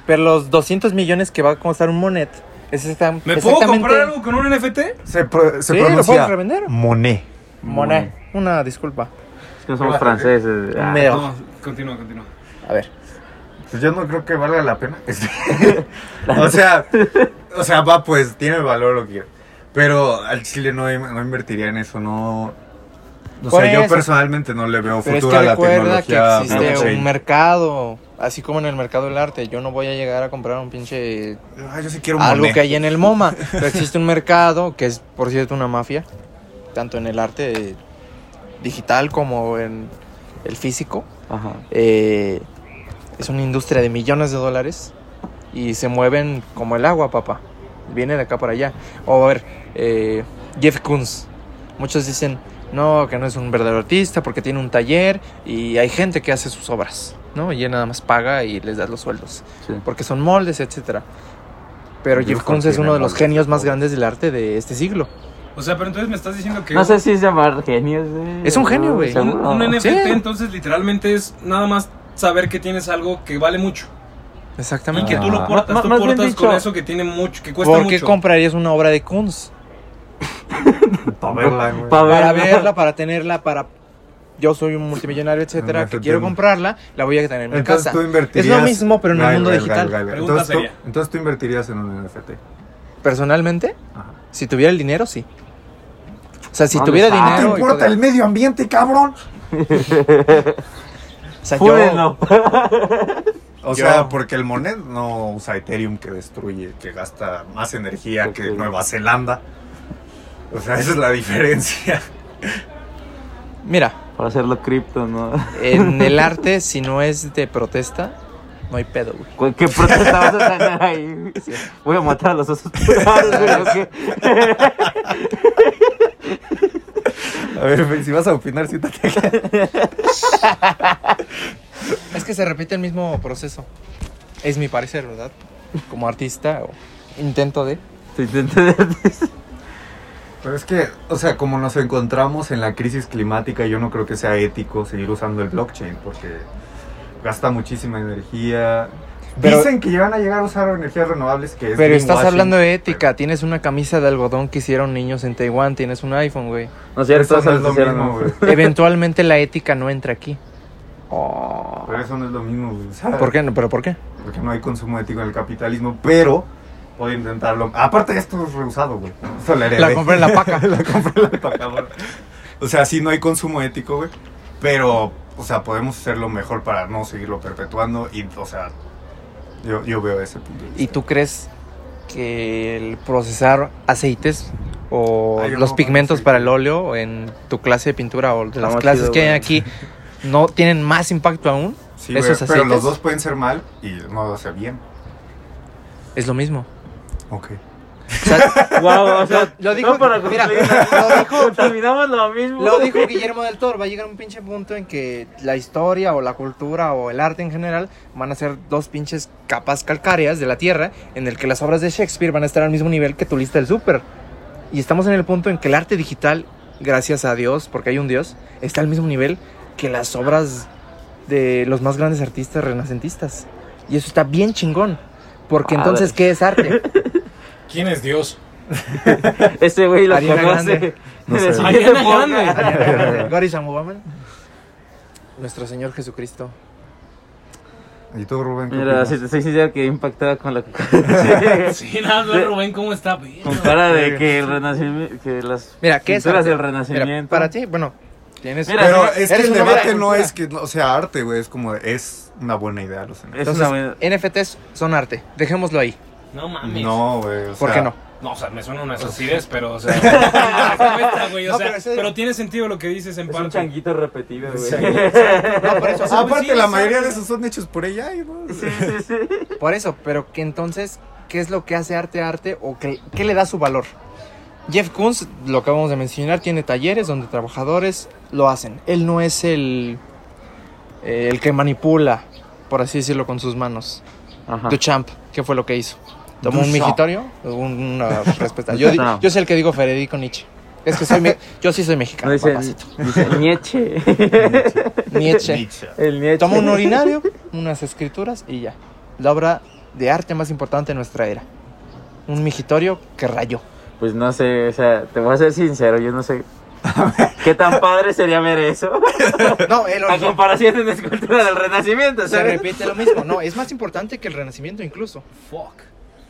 Speaker 2: Pero los 200 millones que va a costar un monet es esta-
Speaker 5: ¿Me puedo
Speaker 2: exactamente
Speaker 5: comprar algo con un NFT?
Speaker 1: se, pro- se
Speaker 2: Sí, lo
Speaker 1: pronuncia
Speaker 2: puedes revender.
Speaker 1: Monet.
Speaker 2: monet. Una disculpa.
Speaker 3: Es que no somos franceses. ah.
Speaker 2: Me-
Speaker 5: No, continúa, continúa.
Speaker 2: A ver.
Speaker 1: Pues yo no creo que valga la pena. o sea, o sea, va pues, tiene el valor lo que quiera. Pero al Chile no, im- no invertiría en eso, no. O
Speaker 2: Por
Speaker 1: sea, yo
Speaker 2: eso.
Speaker 1: personalmente no le veo
Speaker 2: Pero es
Speaker 1: futuro
Speaker 2: que
Speaker 1: a la
Speaker 2: recuerda que
Speaker 1: tecnología
Speaker 2: existe
Speaker 1: blockchain.
Speaker 2: un mercado, así como en el mercado del arte. Yo no voy a llegar a comprar un pinche
Speaker 1: Ah, yo sí quiero un
Speaker 2: algo
Speaker 1: Monet.
Speaker 2: que hay en el MoMA, pero existe un mercado que es, por cierto, una mafia, tanto en el arte digital como en el físico.
Speaker 3: Ajá.
Speaker 2: Eh, es una industria de millones de dólares y se mueven como el agua, papá. Vienen de acá para allá. O a ver, eh, Jeff Koons. Muchos dicen, no, que no es un verdadero artista porque tiene un taller y hay gente que hace sus obras, ¿no? Y él nada más paga y les da los sueldos
Speaker 3: Sí.
Speaker 2: porque son moldes, etcétera. Pero
Speaker 1: Blue
Speaker 2: Jeff
Speaker 1: Hole
Speaker 2: Koons es
Speaker 1: tiene
Speaker 2: uno de los
Speaker 1: moldes,
Speaker 2: genios más
Speaker 1: supongo.
Speaker 2: grandes del arte de este siglo.
Speaker 5: O sea, pero entonces me estás diciendo que
Speaker 3: No sé si es llamar genios, güey.
Speaker 2: Es un genio,
Speaker 3: No,
Speaker 2: güey.
Speaker 5: un,
Speaker 3: seguro.
Speaker 5: un NFT
Speaker 2: Sí.
Speaker 5: entonces literalmente es nada más saber que tienes algo que vale mucho y que
Speaker 2: Exactamente.
Speaker 5: tú lo
Speaker 1: Ah.
Speaker 5: portas,
Speaker 3: Ma-
Speaker 5: tú
Speaker 3: más bien
Speaker 5: portas
Speaker 3: dicho-
Speaker 5: con eso que tiene mucho, que cuesta
Speaker 2: ¿Por qué
Speaker 5: mucho.
Speaker 2: comprarías una obra de Koons?
Speaker 1: Pa' verla, güey.
Speaker 3: Pa'
Speaker 2: Para
Speaker 3: verla.
Speaker 2: verla, para tenerla, para... Yo soy un multimillonario, etcétera, que
Speaker 1: NFT.
Speaker 2: quiero comprarla, la voy a tener en mi
Speaker 1: Entonces
Speaker 2: casa.
Speaker 1: tú invertirías.
Speaker 2: Es lo mismo, pero en el
Speaker 1: Gal,
Speaker 2: mundo
Speaker 1: gal,
Speaker 2: digital.
Speaker 1: gal, gal.
Speaker 5: Pregunta
Speaker 1: Entonces, tú,
Speaker 5: seria.
Speaker 1: entonces tú invertirías en un NFT.
Speaker 2: Personalmente,
Speaker 1: Ajá.
Speaker 2: si tuviera el dinero, sí. O sea, si
Speaker 3: Mames,
Speaker 2: tuviera
Speaker 3: ah,
Speaker 2: dinero...
Speaker 1: ¿Te
Speaker 2: y
Speaker 1: importa
Speaker 2: poder-
Speaker 1: el medio ambiente, cabrón?
Speaker 2: O sea, yo...
Speaker 3: Fúrenlo.
Speaker 1: O
Speaker 2: Yo-
Speaker 1: sea, porque el Monet no usa Ethereum que destruye, que gasta más energía que
Speaker 3: Ok.
Speaker 1: Nueva Zelanda. O sea, esa es la diferencia.
Speaker 2: Mira,
Speaker 3: Para hacerlo cripto, ¿no?
Speaker 2: en el arte, si no es de protesta, no hay pedo, güey.
Speaker 3: Güey, ¿Qué protesta vas a tener ahí? Voy a matar a los osos polares, güey, ¿o qué?
Speaker 1: A ver, si vas a opinar, siéntate.
Speaker 2: Es que se repite el mismo proceso. Es mi parecer, ¿verdad? Como artista o intento de...
Speaker 3: Te intenté-
Speaker 1: Pero es que, o sea, como nos encontramos en la crisis climática, yo no creo que sea ético seguir usando el blockchain porque gasta muchísima energía.
Speaker 2: Pero-
Speaker 1: Dicen que llevan a llegar a usar energías renovables que es
Speaker 2: Pero estás
Speaker 1: greenwashing,
Speaker 2: hablando de ética. Tienes una camisa de algodón que hicieron niños en Taiwán. Tienes un iPhone, güey.
Speaker 3: No
Speaker 1: pero
Speaker 3: es cierto,
Speaker 1: eso no es lo
Speaker 3: no es
Speaker 1: mismo, güey.
Speaker 2: Eventualmente la ética no entra aquí.
Speaker 1: Pero eso no es lo mismo, güey. O sea,
Speaker 2: ¿Por qué? No, ¿Pero por qué?
Speaker 1: porque no hay consumo ético en el capitalismo, pero puedo intentarlo. Aparte, esto es reusado, güey. Esto lo heredé.
Speaker 2: La compré en la paca.
Speaker 1: la compré en la tocadora. O sea, sí no hay consumo ético, güey, pero, o sea, podemos hacerlo mejor para no seguirlo perpetuando y, o sea, yo, yo veo ese punto. de
Speaker 2: ¿Y
Speaker 1: vista.
Speaker 2: tú crees que el procesar aceites o
Speaker 1: Ay, yo
Speaker 2: los
Speaker 1: no,
Speaker 2: pigmentos
Speaker 1: sí.
Speaker 2: para el óleo en tu clase de pintura o de
Speaker 3: Está
Speaker 2: las
Speaker 3: más
Speaker 2: clases
Speaker 3: chido,
Speaker 2: que hay
Speaker 3: güey.
Speaker 2: aquí no tienen más impacto aún?
Speaker 1: Sí, güey,
Speaker 2: esos
Speaker 1: pero
Speaker 2: aceites?
Speaker 1: los dos pueden ser mal y no va a ser bien.
Speaker 2: Es lo mismo.
Speaker 1: Ok.
Speaker 2: O sea,
Speaker 3: Guau, o sea,
Speaker 2: Lo dijo-
Speaker 3: no para
Speaker 2: mira,
Speaker 3: concluir,
Speaker 2: lo dijo-
Speaker 3: terminamos lo mismo.
Speaker 2: Lo dijo Guillermo del Toro, va a llegar un pinche punto en que la historia o la cultura o el arte en general van a ser dos pinches capas calcáreas de la tierra en el que las obras de Shakespeare van a estar al mismo nivel que tu lista del súper. Y estamos en el punto en que el arte digital, gracias a Dios, porque hay un Dios, está al mismo nivel que las obras de los más grandes artistas renacentistas. Y eso está bien chingón. Porque
Speaker 3: Padre.
Speaker 2: entonces, ¿qué es arte?
Speaker 5: ¿Quién es Dios?
Speaker 3: Ese Este güey lo
Speaker 2: Ariana
Speaker 3: conoce.
Speaker 2: Grande.
Speaker 1: No
Speaker 3: En
Speaker 1: sé.
Speaker 3: el siguiente
Speaker 5: Ariana
Speaker 3: podcast.
Speaker 5: Grande.
Speaker 2: God is a woman. Nuestro Señor Jesucristo.
Speaker 1: ¿Y tú, Rubén? qué
Speaker 3: Mira,
Speaker 1: opinas?
Speaker 3: si te soy sincero, quedé impactada con la cucaracha.
Speaker 5: Sí, nada más Rubén cómo está. bien.
Speaker 3: Con cara de que el renacimiento, que las
Speaker 2: Mira, ¿qué es
Speaker 3: pinturas
Speaker 2: arte?
Speaker 3: del
Speaker 2: Mira,
Speaker 3: renacimiento.
Speaker 2: para ti, bueno, tienes.
Speaker 3: Mira,
Speaker 1: Pero
Speaker 3: eres-
Speaker 1: es que
Speaker 2: eres
Speaker 1: el
Speaker 2: una
Speaker 1: debate
Speaker 2: buena
Speaker 1: no
Speaker 2: cultura.
Speaker 1: es que, o sea, arte, güey, es como, es una buena idea, lo sé.
Speaker 3: Es
Speaker 2: Entonces,
Speaker 3: una buena-
Speaker 2: NFTs son arte. Dejémoslo ahí.
Speaker 5: No mames.
Speaker 1: No, güey, o
Speaker 2: ¿Por
Speaker 1: sea,
Speaker 2: qué no?
Speaker 5: No, o sea, me suena una sociedad, pero, o sea, me cuesta, güey, o
Speaker 2: No,
Speaker 5: sea,
Speaker 2: pero
Speaker 5: pero,
Speaker 2: ese-
Speaker 5: tiene sentido lo que dices en
Speaker 3: Es un
Speaker 5: parte.
Speaker 3: changuito repetido, güey.
Speaker 5: Sí.
Speaker 2: No, por eso.
Speaker 5: sea, pues
Speaker 1: Aparte,
Speaker 5: sí,
Speaker 1: la
Speaker 5: exacto.
Speaker 1: mayoría de esos son hechos por ella, ¿no?
Speaker 3: Sí, sí, sí.
Speaker 2: Por eso, pero que entonces, ¿qué es lo que hace arte arte o que- qué le da su valor? Jeff Koons, lo acabamos de mencionar, tiene talleres donde trabajadores lo hacen. Él no es el, eh, el que manipula, por así decirlo, con sus manos.
Speaker 3: Ajá.
Speaker 2: Duchamp, ¿qué fue lo que hizo? ¿Tomó un migitorio? Un- Una respuesta. Yo, di-
Speaker 3: No.
Speaker 2: yo sé el que digo Federico Nietzsche. Es que soy me- yo sí soy
Speaker 3: No
Speaker 2: mexicano,
Speaker 3: dice,
Speaker 2: papacito.
Speaker 3: dice Nietzsche.
Speaker 2: Nietzsche.
Speaker 3: El Nietzsche.
Speaker 2: Toma un urinario, unas escrituras y ya. La obra de arte más importante de nuestra era. Un migitorio que rayó.
Speaker 3: Pues no sé, o sea, te voy a ser sincero, yo no sé. ¿Qué tan padre sería ver eso?
Speaker 2: No, el
Speaker 3: A
Speaker 2: origen.
Speaker 3: comparación de una escultura del Renacimiento,
Speaker 2: Se
Speaker 3: ¿sabes?
Speaker 2: repite lo mismo. No, es más importante que el Renacimiento incluso.
Speaker 5: Fuck.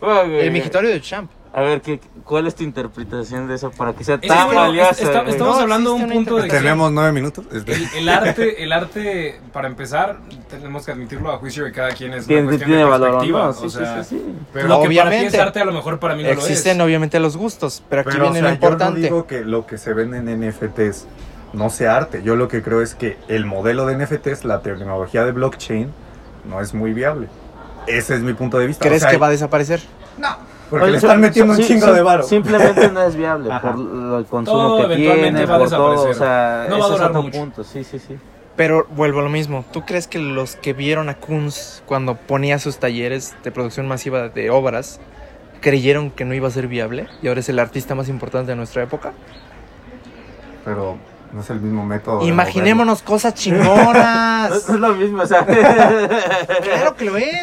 Speaker 3: Oh, güey.
Speaker 2: El migitorio de Duchamp.
Speaker 3: A ver, ¿qué, ¿cuál es tu interpretación de eso para que sea
Speaker 5: Es que,
Speaker 3: tan
Speaker 5: bueno,
Speaker 3: valiosa?
Speaker 5: es- está-
Speaker 3: güey?
Speaker 5: estamos
Speaker 2: No,
Speaker 5: hablando de un
Speaker 2: existe una
Speaker 5: punto de que
Speaker 1: Tenemos nueve minutos. Este, Es de-
Speaker 5: el, el arte, el arte, para empezar, tenemos que admitirlo a juicio de cada quien es una
Speaker 3: Tiene,
Speaker 5: cuestión
Speaker 3: tiene
Speaker 5: de
Speaker 3: valor o
Speaker 5: perspectiva,
Speaker 3: no.
Speaker 5: o
Speaker 3: Sí, sí,
Speaker 5: sea,
Speaker 3: sí, sí.
Speaker 5: Pero lo que para ti es
Speaker 2: Obviamente.
Speaker 5: arte a lo mejor para mí no
Speaker 2: Existen
Speaker 5: lo es.
Speaker 2: obviamente los gustos, pero aquí
Speaker 1: Pero, o
Speaker 2: viene
Speaker 1: sea,
Speaker 2: lo importante.
Speaker 1: Yo no digo que lo que se vende en NFTs no sea arte. Yo lo que creo es que el modelo de NFTs, la tecnología de blockchain, no es muy viable. Ese es mi punto de vista.
Speaker 2: ¿Crees
Speaker 1: O sea,
Speaker 2: que va a desaparecer?
Speaker 1: Porque
Speaker 3: Oye,
Speaker 1: le
Speaker 3: so-
Speaker 1: están metiendo
Speaker 3: so-
Speaker 1: un
Speaker 3: sí,
Speaker 1: chingo
Speaker 3: so-
Speaker 1: de varo.
Speaker 3: Simplemente no es viable
Speaker 1: Ajá.
Speaker 3: por l- el consumo
Speaker 5: Todo
Speaker 3: que
Speaker 5: eventualmente
Speaker 3: tiene,
Speaker 5: va a
Speaker 3: por todo, o
Speaker 5: desaparecer.
Speaker 3: sea,
Speaker 5: No va a
Speaker 3: ese es
Speaker 5: durar
Speaker 3: otro
Speaker 5: mucho.
Speaker 3: punto, sí, sí, sí.
Speaker 2: Pero vuelvo a lo mismo. ¿Tú crees que los que vieron a Kunz cuando ponía sus talleres de producción masiva de obras creyeron que no iba a ser viable y ahora es el artista más importante de nuestra época?
Speaker 1: Pero no es el mismo método. de
Speaker 2: Imaginémonos cosas
Speaker 3: No, no
Speaker 2: chingonas.
Speaker 3: es lo mismo, o sea,
Speaker 2: Claro que lo es.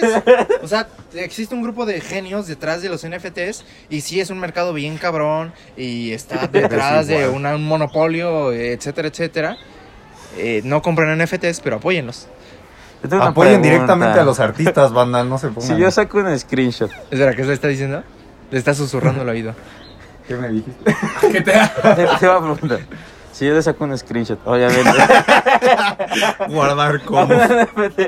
Speaker 2: O sea, existe un grupo de genios detrás de los NFTs y sí es un mercado bien cabrón y está detrás de
Speaker 1: Desigual.
Speaker 2: una- un monopolio, etcétera, etcétera. Eh, no compren NFTs, pero apóyennos.
Speaker 3: Yo
Speaker 1: moverlo.
Speaker 3: tengo una
Speaker 1: Apoyen
Speaker 3: pregunta.
Speaker 1: directamente a los artistas, banda, no se pongan.
Speaker 3: Si yo saco un screenshot,
Speaker 2: Espera, ¿qué se le está diciendo? Le está susurrando el oído.
Speaker 1: ¿Qué me dijiste?
Speaker 5: Que te-
Speaker 3: te, te voy a preguntar. Si yo le saco un screenshot, obviamente.
Speaker 1: Guardar
Speaker 3: a
Speaker 1: como.
Speaker 3: un NFT,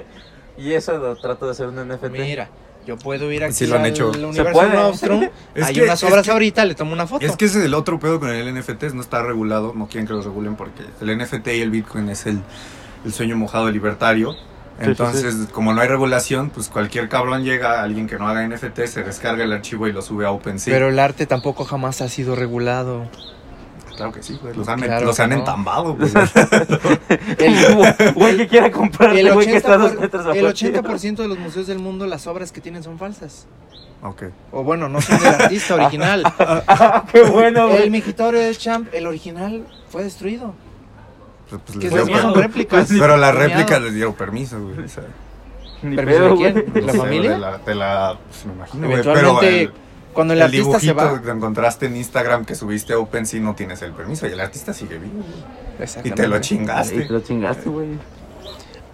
Speaker 3: y eso lo trato de hacer un NFT.
Speaker 2: Mira, yo puedo ir aquí
Speaker 1: Sí lo han
Speaker 2: al
Speaker 1: hecho.
Speaker 2: universo
Speaker 3: puede.
Speaker 2: Nostrum,
Speaker 1: Es
Speaker 2: hay
Speaker 1: que-
Speaker 2: unas
Speaker 1: es
Speaker 2: obras
Speaker 1: que-
Speaker 2: ahorita, le tomo una foto.
Speaker 1: Es que ese es el otro pedo con el NFT, no está regulado, no quieren que lo regulen porque el NFT y el Bitcoin es el, el sueño mojado libertario.
Speaker 3: sí,
Speaker 1: Entonces, como no hay regulación, pues cualquier cabrón llega, alguien que no haga NFT, se descarga el archivo y lo sube a OpenSea.
Speaker 2: Pero el arte tampoco jamás ha sido regulado.
Speaker 1: claro que sí, güey, los han,
Speaker 2: Claro
Speaker 1: los
Speaker 2: que
Speaker 1: han
Speaker 2: no.
Speaker 1: entambado, güey.
Speaker 2: El,
Speaker 3: Güey que quiera comprar
Speaker 2: el
Speaker 3: el güey que está a dos
Speaker 2: 80%,
Speaker 3: metros
Speaker 2: el
Speaker 3: afuera.
Speaker 2: 80% de los museos del mundo, las obras que tienen son falsas.
Speaker 1: ok.
Speaker 2: O bueno, no son del artista original.
Speaker 3: Ah, qué bueno,
Speaker 2: el
Speaker 3: güey.
Speaker 2: migitorio de Champ, el original, fue destruido.
Speaker 1: Pues, pues,
Speaker 2: Que
Speaker 1: les
Speaker 5: fue
Speaker 1: dio
Speaker 2: después
Speaker 5: miedo.
Speaker 1: per-
Speaker 2: son réplicas.
Speaker 1: pero las
Speaker 2: Premiado.
Speaker 1: réplicas les dieron permiso, güey. o sea,
Speaker 3: Ni
Speaker 2: ¿Permiso de
Speaker 3: pedo,
Speaker 2: quién?
Speaker 3: güey.
Speaker 2: ¿De
Speaker 1: no
Speaker 2: la
Speaker 1: sé,
Speaker 2: familia?
Speaker 1: De la, de la- pues, me imagino, güey. Pero
Speaker 2: Eventualmente,
Speaker 1: el,
Speaker 2: cuando el,
Speaker 1: el
Speaker 2: artista se
Speaker 1: dibujito
Speaker 2: va.
Speaker 1: que encontraste en Instagram que subiste a OpenSea no tienes el permiso y el artista sigue vivo. güey. Y te lo
Speaker 2: Exactamente.
Speaker 1: chingaste.
Speaker 3: Ahí te lo chingaste, güey.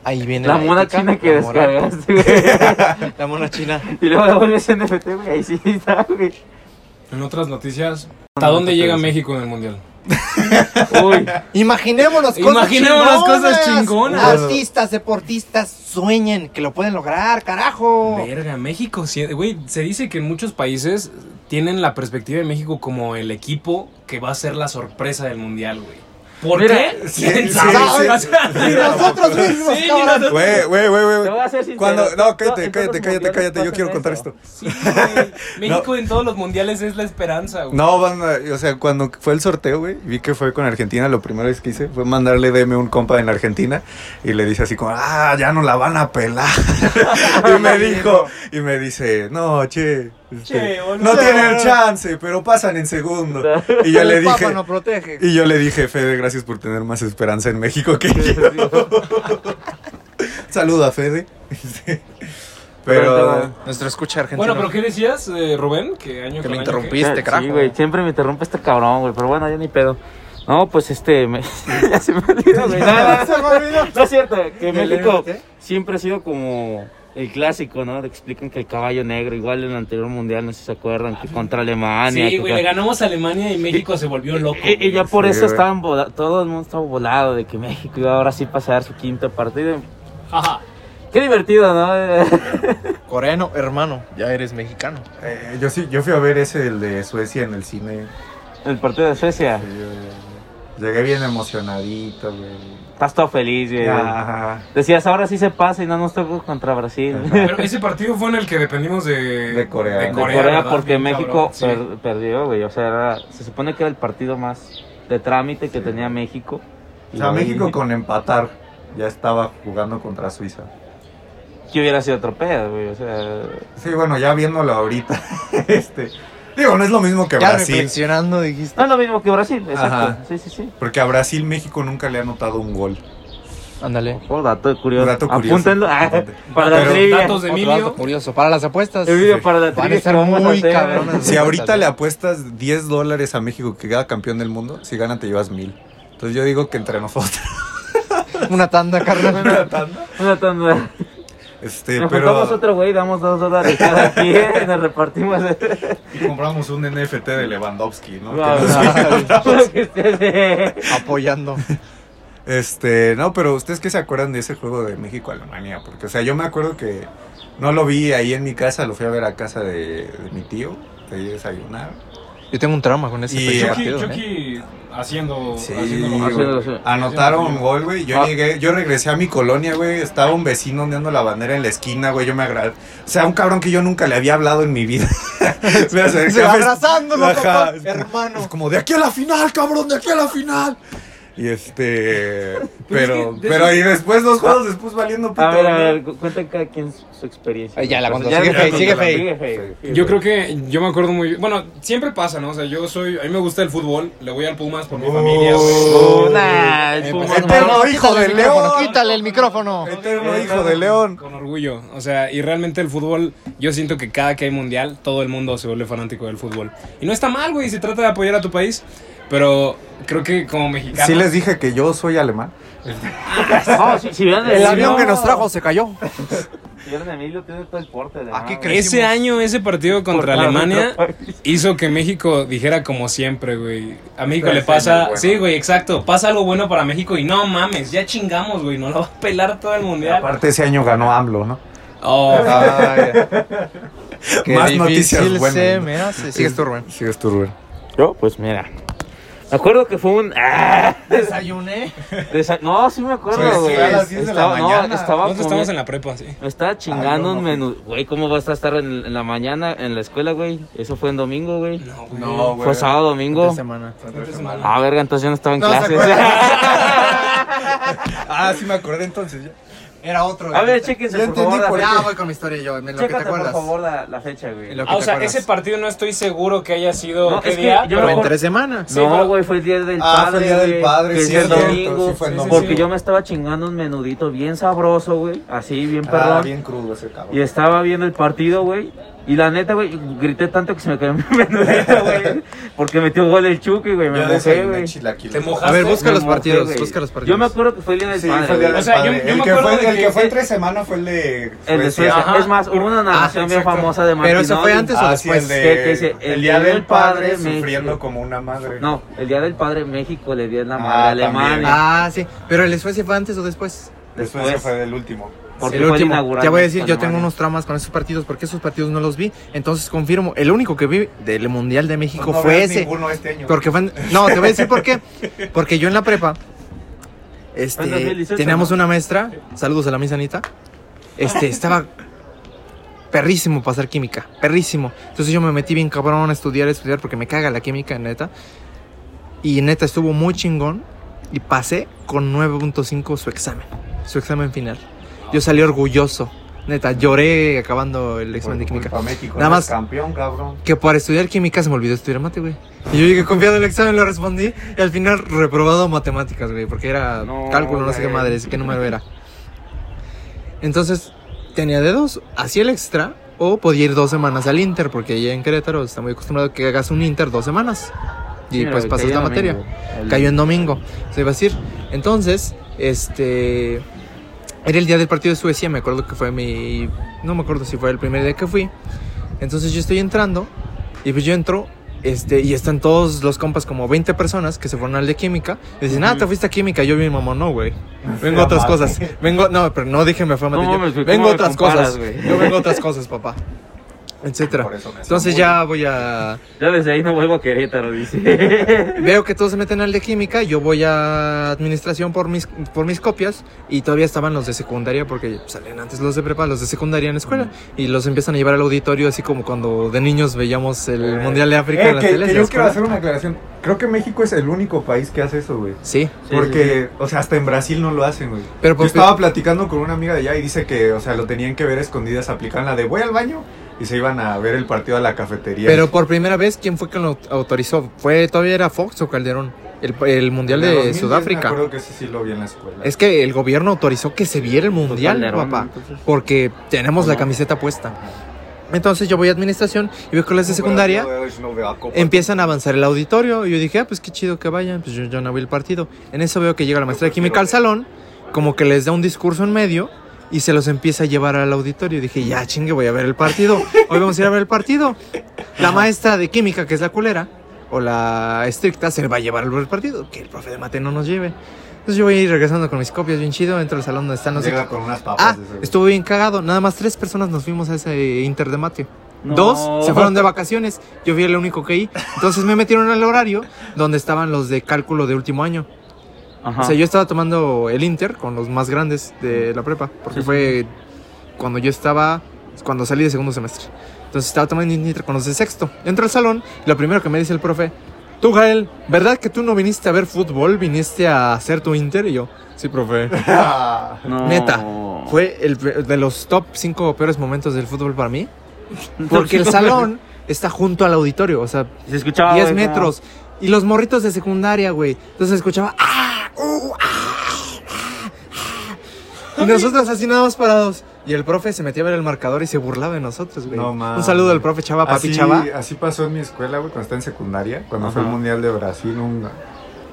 Speaker 2: Ahí viene
Speaker 3: La mona
Speaker 2: ética,
Speaker 3: china que
Speaker 2: la moral.
Speaker 3: descargaste, güey.
Speaker 2: La mona china.
Speaker 3: Y luego la vuelves NFT, güey. Ahí sí está, güey.
Speaker 5: En otras noticias, ¿hasta dónde llega México en el mundial?
Speaker 3: Uy.
Speaker 2: Imaginémonos cosas
Speaker 5: Imaginémonos
Speaker 2: chingonas.
Speaker 5: cosas chingonas.
Speaker 2: Artistas, deportistas, sueñen que lo pueden lograr, carajo.
Speaker 5: Verga, México, sí, güey, se dice que en muchos países tienen la perspectiva de México como el equipo que va a ser la sorpresa del mundial, güey. ¿Por
Speaker 3: Mira,
Speaker 5: qué?
Speaker 1: sí,
Speaker 5: ¿Quién
Speaker 1: sí,
Speaker 5: sabe?
Speaker 1: sí.
Speaker 5: O sea,
Speaker 2: Y nosotros mismos,
Speaker 5: Sí,
Speaker 2: cabrón.
Speaker 5: nosotros-
Speaker 1: Güey, güey, güey, güey.
Speaker 3: Te voy a ser sincero.
Speaker 1: Cuando, no, cállate,
Speaker 3: en todos
Speaker 1: cállate,
Speaker 3: los
Speaker 1: cállate,
Speaker 3: mundiales
Speaker 1: cállate. Yo
Speaker 3: pasan
Speaker 1: quiero contar
Speaker 3: eso.
Speaker 1: esto.
Speaker 5: Sí, güey. México en todos los mundiales es la esperanza, güey.
Speaker 1: No, banda, o sea, cuando fue el sorteo, güey, vi que fue con Argentina, lo primero que hice fue mandarle DM a un compa en Argentina y le dice así como, ah, ya no la van a pelar. y me dijo, y me dice, no, che, este,
Speaker 5: Che, boludo.
Speaker 1: no tienen chance, pero pasan en segundo. Y yo
Speaker 2: El
Speaker 1: le
Speaker 2: Papa
Speaker 1: dije,
Speaker 2: nos protege.
Speaker 1: y yo le dije, Fede, gracias por tener más esperanza en México que
Speaker 3: Sí,
Speaker 1: yo.
Speaker 3: sí, sí.
Speaker 1: Saluda, Fede. Este, Pero
Speaker 2: Nuestro escucha argentino.
Speaker 5: Bueno, pero ¿qué decías, eh, Rubén? Que año
Speaker 2: Que
Speaker 5: con
Speaker 2: me
Speaker 5: año
Speaker 2: interrumpí.
Speaker 1: este
Speaker 2: Viste,
Speaker 3: Sí,
Speaker 2: carajo.
Speaker 3: güey, siempre me interrumpe este cabrón, güey. Pero bueno, ya ni pedo. No, pues este. me- ya se me olvidó, güey. No es cierto, que México siempre ha sido como el clásico, ¿no? Te explican que el caballo negro, igual en el anterior mundial, no sé si se acuerdan,
Speaker 1: Ah,
Speaker 3: que contra Alemania.
Speaker 5: Sí,
Speaker 3: que
Speaker 5: güey,
Speaker 3: ca-
Speaker 5: le ganamos a Alemania y México se volvió loco.
Speaker 3: y, y Eh, ya por
Speaker 1: Sí,
Speaker 3: eso
Speaker 1: güey.
Speaker 3: estaban vola- todo el mundo estaba volado de que México iba ahora sí a pasar su quinto partido.
Speaker 5: Ajá.
Speaker 3: Qué divertido, ¿no?
Speaker 2: Coreano, hermano, ya eres mexicano.
Speaker 1: eh, yo sí, yo fui a ver ese el de Suecia en el cine.
Speaker 3: el partido de Suecia.
Speaker 1: Sí, yo- Llegué bien emocionadito, güey.
Speaker 3: Estás todo feliz, güey.
Speaker 1: Ajá.
Speaker 3: Decías, ahora sí se pasa y no nos tocó contra Brasil.
Speaker 5: Pero ese partido fue en el que dependimos de,
Speaker 1: De Corea.
Speaker 5: de
Speaker 1: De
Speaker 3: de
Speaker 5: Corea,
Speaker 3: Corea
Speaker 5: ¿verdad?
Speaker 3: porque
Speaker 5: Bien
Speaker 3: México
Speaker 5: cabrón, sí.
Speaker 3: per- perdió, güey. O sea, era- se supone que era el partido más de trámite que tenía México.
Speaker 1: O sea,
Speaker 3: Y-
Speaker 1: México con empatar ya estaba jugando contra Suiza.
Speaker 3: Que hubiera sido otro pedo, güey. O sea,
Speaker 1: Sí, bueno, ya viéndolo ahorita, este, digo, no es lo mismo que a
Speaker 2: Ya
Speaker 1: Brasil,
Speaker 2: reflexionando dijiste.
Speaker 3: no es lo mismo que Brasil, exacto.
Speaker 1: Ajá.
Speaker 3: Sí, sí, sí.
Speaker 1: porque a Brasil México nunca le ha anotado un gol.
Speaker 2: Ándale.
Speaker 3: Oh, dato curioso.
Speaker 1: Dato curioso.
Speaker 3: Apúntenlo. Ah,
Speaker 1: Apunte.
Speaker 3: para la
Speaker 1: Pero
Speaker 3: trivia.
Speaker 5: datos de
Speaker 2: Otro
Speaker 5: Emilio.
Speaker 2: dato curioso. Para las apuestas.
Speaker 3: El video para la
Speaker 2: Van a
Speaker 3: trivia.
Speaker 2: estar
Speaker 3: que vamos a
Speaker 2: muy
Speaker 3: hacer.
Speaker 2: cabronas.
Speaker 1: Si ahorita le apuestas 10 dólares a México que queda campeón del mundo, si gana te llevas mil. Entonces yo digo que entre nosotros.
Speaker 2: Una tanda, carnal.
Speaker 3: Una tanda.
Speaker 1: Este,
Speaker 3: Nos
Speaker 1: pero
Speaker 3: juntamos otro güey, damos dos dólares cada quien y nos repartimos.
Speaker 1: y compramos un NFT de Lewandowski, ¿no?
Speaker 3: Wow,
Speaker 1: Que nos-
Speaker 3: no. Juro que ustedes-
Speaker 2: Apoyando.
Speaker 1: Este, no, pero ustedes qué se acuerdan de ese juego de México-Alemania, porque, o sea, yo me acuerdo que no lo vi ahí en mi casa, lo fui a ver a casa de, de mi tío, de desayunar.
Speaker 2: Yo tengo un trauma con ese
Speaker 1: Y
Speaker 2: pinche
Speaker 1: Chucky-
Speaker 5: Chucky,
Speaker 2: partido, ¿eh?
Speaker 5: Chucky haciendo,
Speaker 1: Sí,
Speaker 5: haciéndolo mal,
Speaker 1: güey.
Speaker 5: güey.
Speaker 1: Anotaron un gol, güey. Yo llegué, yo regresé a mi colonia, güey. Estaba un vecino ondeando la bandera en la esquina, güey. Yo me agra... O sea, un cabrón que yo nunca le había hablado en mi vida. me acerqué,
Speaker 2: Se
Speaker 1: me-
Speaker 2: abrazándolo,
Speaker 1: Ajá.
Speaker 2: papá,
Speaker 1: Es
Speaker 2: hermano.
Speaker 1: como de aquí a la final, cabrón, de aquí a la final. Y este. Pero,
Speaker 5: es que de
Speaker 1: pero
Speaker 5: esos-
Speaker 1: y después dos juegos después valiendo pito.
Speaker 3: A ver, a
Speaker 1: ¿no?
Speaker 3: ver, cu- cuenta cada quien su su experiencia.
Speaker 2: Ay, Eh, ya la
Speaker 3: Pues,
Speaker 2: contó. Sigue, Fey,
Speaker 3: la
Speaker 2: sigue,
Speaker 3: contó.
Speaker 2: Fey.
Speaker 3: Fey.
Speaker 5: Yo creo que yo me acuerdo muy bien. Bueno, siempre pasa, ¿no? O sea, yo soy. A mí me gusta el fútbol, le voy al Pumas por mi familia,
Speaker 1: Oh,
Speaker 5: güey.
Speaker 3: nah, el
Speaker 5: Eh,
Speaker 3: Pumas
Speaker 5: pues,
Speaker 3: no.
Speaker 5: hermano,
Speaker 1: Eterno hijo
Speaker 2: Quítale
Speaker 1: de
Speaker 2: el micrófono,
Speaker 1: león.
Speaker 2: Quítale el micrófono.
Speaker 1: Eterno hijo de león.
Speaker 5: Con orgullo. O sea, y realmente el fútbol, yo siento que cada que hay mundial, todo el mundo se vuelve fanático del fútbol. Y no está mal, güey, se trata de apoyar a tu país. Pero creo que como mexicano.
Speaker 1: Sí les dije que yo soy alemán.
Speaker 3: No, si, si vieron
Speaker 2: El
Speaker 3: si
Speaker 2: avión que
Speaker 3: vieron-
Speaker 2: nos trajo se cayó.
Speaker 3: Si vieron a Emilio, tiene todo el porte. de
Speaker 2: Aquí
Speaker 3: nada,
Speaker 2: cre-
Speaker 5: Ese
Speaker 2: crecimos.
Speaker 5: año, ese partido contra
Speaker 3: Portado
Speaker 5: Alemania
Speaker 3: otro país.
Speaker 5: hizo que México dijera como siempre, güey. A México
Speaker 1: Sí,
Speaker 5: le
Speaker 1: sí,
Speaker 5: pasa,
Speaker 1: muy bueno.
Speaker 5: sí, güey, exacto. Pasa algo bueno para México y no mames, ya chingamos, güey, no lo va a pelar todo el mundial.
Speaker 1: Aparte ese año ganó AMLO, ¿no?
Speaker 5: Oh,
Speaker 2: Ah, Qué
Speaker 1: Más
Speaker 2: difícil
Speaker 1: noticias buenas.
Speaker 2: se me hace. Sigues tú, Rubén.
Speaker 1: Sigues tú, Rubén.
Speaker 3: güey. Yo, pues mira. Me acuerdo que fue un. ¡Ah!
Speaker 2: Desayuné.
Speaker 3: Desa- No, sí me acuerdo,
Speaker 1: Pues,
Speaker 3: güey.
Speaker 1: fue a las 10 de la
Speaker 3: Estaba-
Speaker 1: mañana.
Speaker 3: No,
Speaker 2: Ah,
Speaker 3: estaba
Speaker 2: pues,
Speaker 5: nosotros estamos
Speaker 3: comiendo-
Speaker 5: en la prepa, sí.
Speaker 3: Me estaba chingando
Speaker 1: Ah, yo
Speaker 3: un
Speaker 1: no
Speaker 3: menú. Güey, ¿cómo vas a estar en, en la mañana en la escuela, güey? Eso fue en domingo, güey.
Speaker 5: No, güey.
Speaker 1: No, güey.
Speaker 3: fue sábado, domingo.
Speaker 2: semana.
Speaker 3: Ah, verga, entonces yo no estaba en
Speaker 1: No se
Speaker 3: clases.
Speaker 1: Ah, sí me acordé entonces. ya.
Speaker 2: Era otro.
Speaker 3: a ver, chéquense,
Speaker 1: Ya
Speaker 3: por
Speaker 1: entendí
Speaker 3: favor.
Speaker 1: por
Speaker 3: la
Speaker 1: qué.
Speaker 2: Ya
Speaker 3: fecha.
Speaker 2: voy con mi historia yo. En lo que te
Speaker 3: Chécate, por
Speaker 2: acuerdas.
Speaker 3: favor, la, la fecha, güey.
Speaker 2: En lo que
Speaker 5: Ah, o
Speaker 2: te
Speaker 5: sea,
Speaker 2: acuerdas.
Speaker 5: ese partido no estoy seguro que haya sido
Speaker 3: No,
Speaker 5: qué
Speaker 3: es que
Speaker 5: día.
Speaker 3: yo
Speaker 5: pero-
Speaker 3: me acuerdo-
Speaker 2: Entre semanas.
Speaker 3: no,
Speaker 5: pero-
Speaker 3: güey, fue el día del
Speaker 1: Ah,
Speaker 3: padre.
Speaker 1: fue el Día del
Speaker 3: güey,
Speaker 1: Padre,
Speaker 3: que
Speaker 1: sí,
Speaker 3: es el
Speaker 1: cierto,
Speaker 3: domingo.
Speaker 1: sí, fue el
Speaker 5: domingo.
Speaker 3: Porque
Speaker 5: Sí, sí.
Speaker 3: yo me estaba chingando un menudito bien sabroso, güey. Así, bien perrón.
Speaker 1: Ah, bien crudo ese cabrón.
Speaker 3: Y estaba viendo el partido, güey. Y la neta, güey, grité tanto que se me cayó mi menudito, güey. Porque metió gol el Chucky, güey. Me
Speaker 1: Yo
Speaker 3: mojé,
Speaker 1: desayuné
Speaker 3: güey.
Speaker 1: chilaquiles.
Speaker 5: Te mojaste.
Speaker 2: A ver,
Speaker 3: Me
Speaker 2: busca los
Speaker 3: mojé,
Speaker 2: partidos.
Speaker 3: güey.
Speaker 2: Busca los partidos.
Speaker 3: Yo me acuerdo que fue el día del
Speaker 1: Sí,
Speaker 3: padre.
Speaker 1: fue el día
Speaker 3: güey.
Speaker 1: del
Speaker 5: O sea, yo-
Speaker 1: padre.
Speaker 5: yo
Speaker 1: el
Speaker 5: me
Speaker 1: que
Speaker 5: acuerdo
Speaker 1: fue,
Speaker 5: de
Speaker 1: el
Speaker 5: que
Speaker 1: que fue
Speaker 5: ese-
Speaker 1: entre semana fue el de
Speaker 3: El de
Speaker 1: Suecia.
Speaker 3: Suecia.
Speaker 5: Ajá.
Speaker 3: Es más, hubo una narración bien
Speaker 5: exacto.
Speaker 3: famosa de
Speaker 2: Pero eso fue
Speaker 3: Martinoli.
Speaker 2: antes o
Speaker 1: Ah, sí,
Speaker 2: después.
Speaker 1: el
Speaker 3: que- que
Speaker 1: de
Speaker 3: dice,
Speaker 1: el día del padre
Speaker 3: me-
Speaker 1: sufriendo como una madre.
Speaker 3: No, el día del padre México le dio la madre
Speaker 1: Ah,
Speaker 3: a Alemania.
Speaker 2: Ah, sí. Pero el de Suecia fue antes o después.
Speaker 1: Después,
Speaker 2: pues,
Speaker 3: después.
Speaker 1: fue el último.
Speaker 3: Porque
Speaker 2: Ah, el
Speaker 3: fue
Speaker 2: último.
Speaker 3: inaugural
Speaker 2: Te voy a decir,
Speaker 3: con
Speaker 2: yo tengo
Speaker 3: Alemania.
Speaker 2: unos traumas con esos partidos porque esos partidos no los vi. Entonces confirmo, el único que vi del Mundial de México
Speaker 1: Pues no
Speaker 2: fue
Speaker 1: veas
Speaker 2: ese.
Speaker 1: ninguno este año.
Speaker 2: Porque fue en- No, te voy a decir por qué. Porque yo en la prepa. Este,
Speaker 3: Fue en 2018,
Speaker 2: teníamos
Speaker 3: ¿no?
Speaker 2: una maestra, saludos a la misa Anita, este, estaba perrísimo para hacer química, perrísimo. Entonces yo me metí bien cabrón a estudiar, a estudiar, porque me caga la química, neta. Y neta estuvo muy chingón y pasé con 9.5 su examen, su examen final. Yo salí orgulloso, neta, lloré acabando el examen de química.
Speaker 1: Para México,
Speaker 2: Nada
Speaker 1: no
Speaker 2: más-
Speaker 1: es campeón, cabrón.
Speaker 2: Que para estudiar química se me olvidó estudiar mate, güey. Y yo llegué confiado en el examen, lo respondí. Y al final reprobado matemáticas, güey. Porque era
Speaker 3: No,
Speaker 2: cálculo, no sé qué
Speaker 3: güey.
Speaker 2: madre, qué número era. Entonces, tenía dedos, hacía el extra o podía ir dos semanas al Inter, porque allá en Querétaro está muy acostumbrado que hagas un Inter dos semanas. Y
Speaker 3: Sí,
Speaker 2: pues
Speaker 3: pero
Speaker 2: pasas
Speaker 3: cayó
Speaker 2: la
Speaker 3: en
Speaker 2: materia.
Speaker 3: domingo. El-
Speaker 2: Cayó en domingo, se iba a decir. Entonces, este. Era el día del partido de Suecia, me acuerdo que fue mi. No me acuerdo si fue el primer día que fui. Entonces yo estoy entrando, y pues yo entro, este, y están todos los compas, como 20 personas que se fueron al de química. Y dicen, ah, te fuiste a química. Yo, mi mamá, no, güey. Vengo a otras cosas. Vengo, no, pero no dije me fue a Madrid.
Speaker 3: No
Speaker 2: Yo,
Speaker 3: mames, güey,
Speaker 2: vengo
Speaker 3: ¿cómo
Speaker 2: a
Speaker 3: me
Speaker 2: otras
Speaker 3: comparas,
Speaker 2: cosas.
Speaker 3: güey?
Speaker 2: Yo vengo a otras cosas, papá. Etcétera.
Speaker 1: Por eso me hacen
Speaker 2: Entonces ya voy a.
Speaker 3: Ya desde ahí no vuelvo a Querétaro, dice.
Speaker 2: Veo que todos se meten al de química, yo voy a administración por mis, por mis copias y todavía estaban los de secundaria porque salían antes los de prepa, los de secundaria en la escuela y los empiezan a llevar al auditorio así como cuando de niños veíamos el
Speaker 1: Eh,
Speaker 2: Mundial de África
Speaker 1: eh,
Speaker 2: en la
Speaker 1: que,
Speaker 2: tele.
Speaker 1: que
Speaker 2: ¿se
Speaker 1: yo quiero
Speaker 2: acuerdan?
Speaker 1: hacer una aclaración. Creo que México es el único país que hace eso, güey.
Speaker 2: Sí,
Speaker 3: Sí,
Speaker 1: Porque, o sea, hasta en Brasil no lo hacen, güey.
Speaker 2: pero
Speaker 1: Yo
Speaker 2: por-
Speaker 1: estaba platicando con una amiga de allá y dice que, o sea, lo tenían que ver a escondidas, aplicaban la de voy al baño y se iban a ver el partido a la cafetería.
Speaker 2: Pero por primera vez, ¿quién fue quien lo autorizó? ¿Fue todavía era Fox o Calderón? El, el Mundial
Speaker 1: En el
Speaker 2: de
Speaker 1: 2010 Me
Speaker 2: Sudáfrica.
Speaker 1: acuerdo que ese sí lo vi en la escuela.
Speaker 2: Es que el gobierno autorizó que se viera el Mundial,
Speaker 3: Pues Calderón,
Speaker 2: papá,
Speaker 3: entonces.
Speaker 2: porque tenemos la camiseta puesta. Entonces yo voy a administración y veo que las de secundaria empiezan a avanzar el auditorio. Y yo dije, ah, pues qué chido que vayan, pues yo, yo no vi el partido. En eso veo que llega la maestra de química al salón, como que les da un discurso en medio y se los empieza a llevar al auditorio. Y dije, ya chingue, voy a ver el partido. Hoy vamos a ir a ver el partido. La maestra de química, que es la culera, o la estricta, se va a llevar al ver el partido. Que el profe de mate no nos lleve. Entonces yo voy a ir regresando con mis copias bien chido, entro al salón donde están, no sé
Speaker 1: Llega
Speaker 2: qué.
Speaker 1: con unas papas.
Speaker 3: pues,
Speaker 2: Ah,
Speaker 1: ese, güey.
Speaker 2: estuvo bien cagado. Nada más tres personas nos fuimos a ese Inter de mate.
Speaker 3: No.
Speaker 2: Dos se fueron de vacaciones. Yo fui el único que iba. Entonces me metieron al horario donde estaban los de cálculo de último año.
Speaker 3: Ajá.
Speaker 2: O sea, yo estaba tomando el Inter con los más grandes de la prepa. Porque
Speaker 3: Sí, sí.
Speaker 2: fue cuando yo estaba. Cuando salí de segundo semestre. Entonces estaba tomando el Inter con los de sexto. Entro al salón y lo primero que me dice el profe. Tú, Gael, ¿verdad que tú no viniste a ver fútbol? ¿Viniste a hacer tu Inter? Y yo, sí, profe.
Speaker 1: Ah,
Speaker 3: No.
Speaker 2: Neta, fue el pe- de los top 5 peores momentos del fútbol para mí. Porque el salón está junto al auditorio, o sea,
Speaker 3: Se escuchaba.
Speaker 2: 10
Speaker 3: güey, como-
Speaker 2: metros. Y los morritos de secundaria, güey. Entonces escuchaba. "Ah, uh, ah, ah, ah". Y nosotros así nada más parados. Y el profe se metía a ver el marcador y se burlaba de nosotros, güey.
Speaker 1: No
Speaker 2: Un
Speaker 1: mames.
Speaker 2: saludo al profe Chava, papi
Speaker 1: así,
Speaker 2: Chava.
Speaker 1: así pasó en mi escuela, güey, cuando estaba en secundaria, cuando fue el
Speaker 3: Ajá.
Speaker 1: Mundial de Brasil, un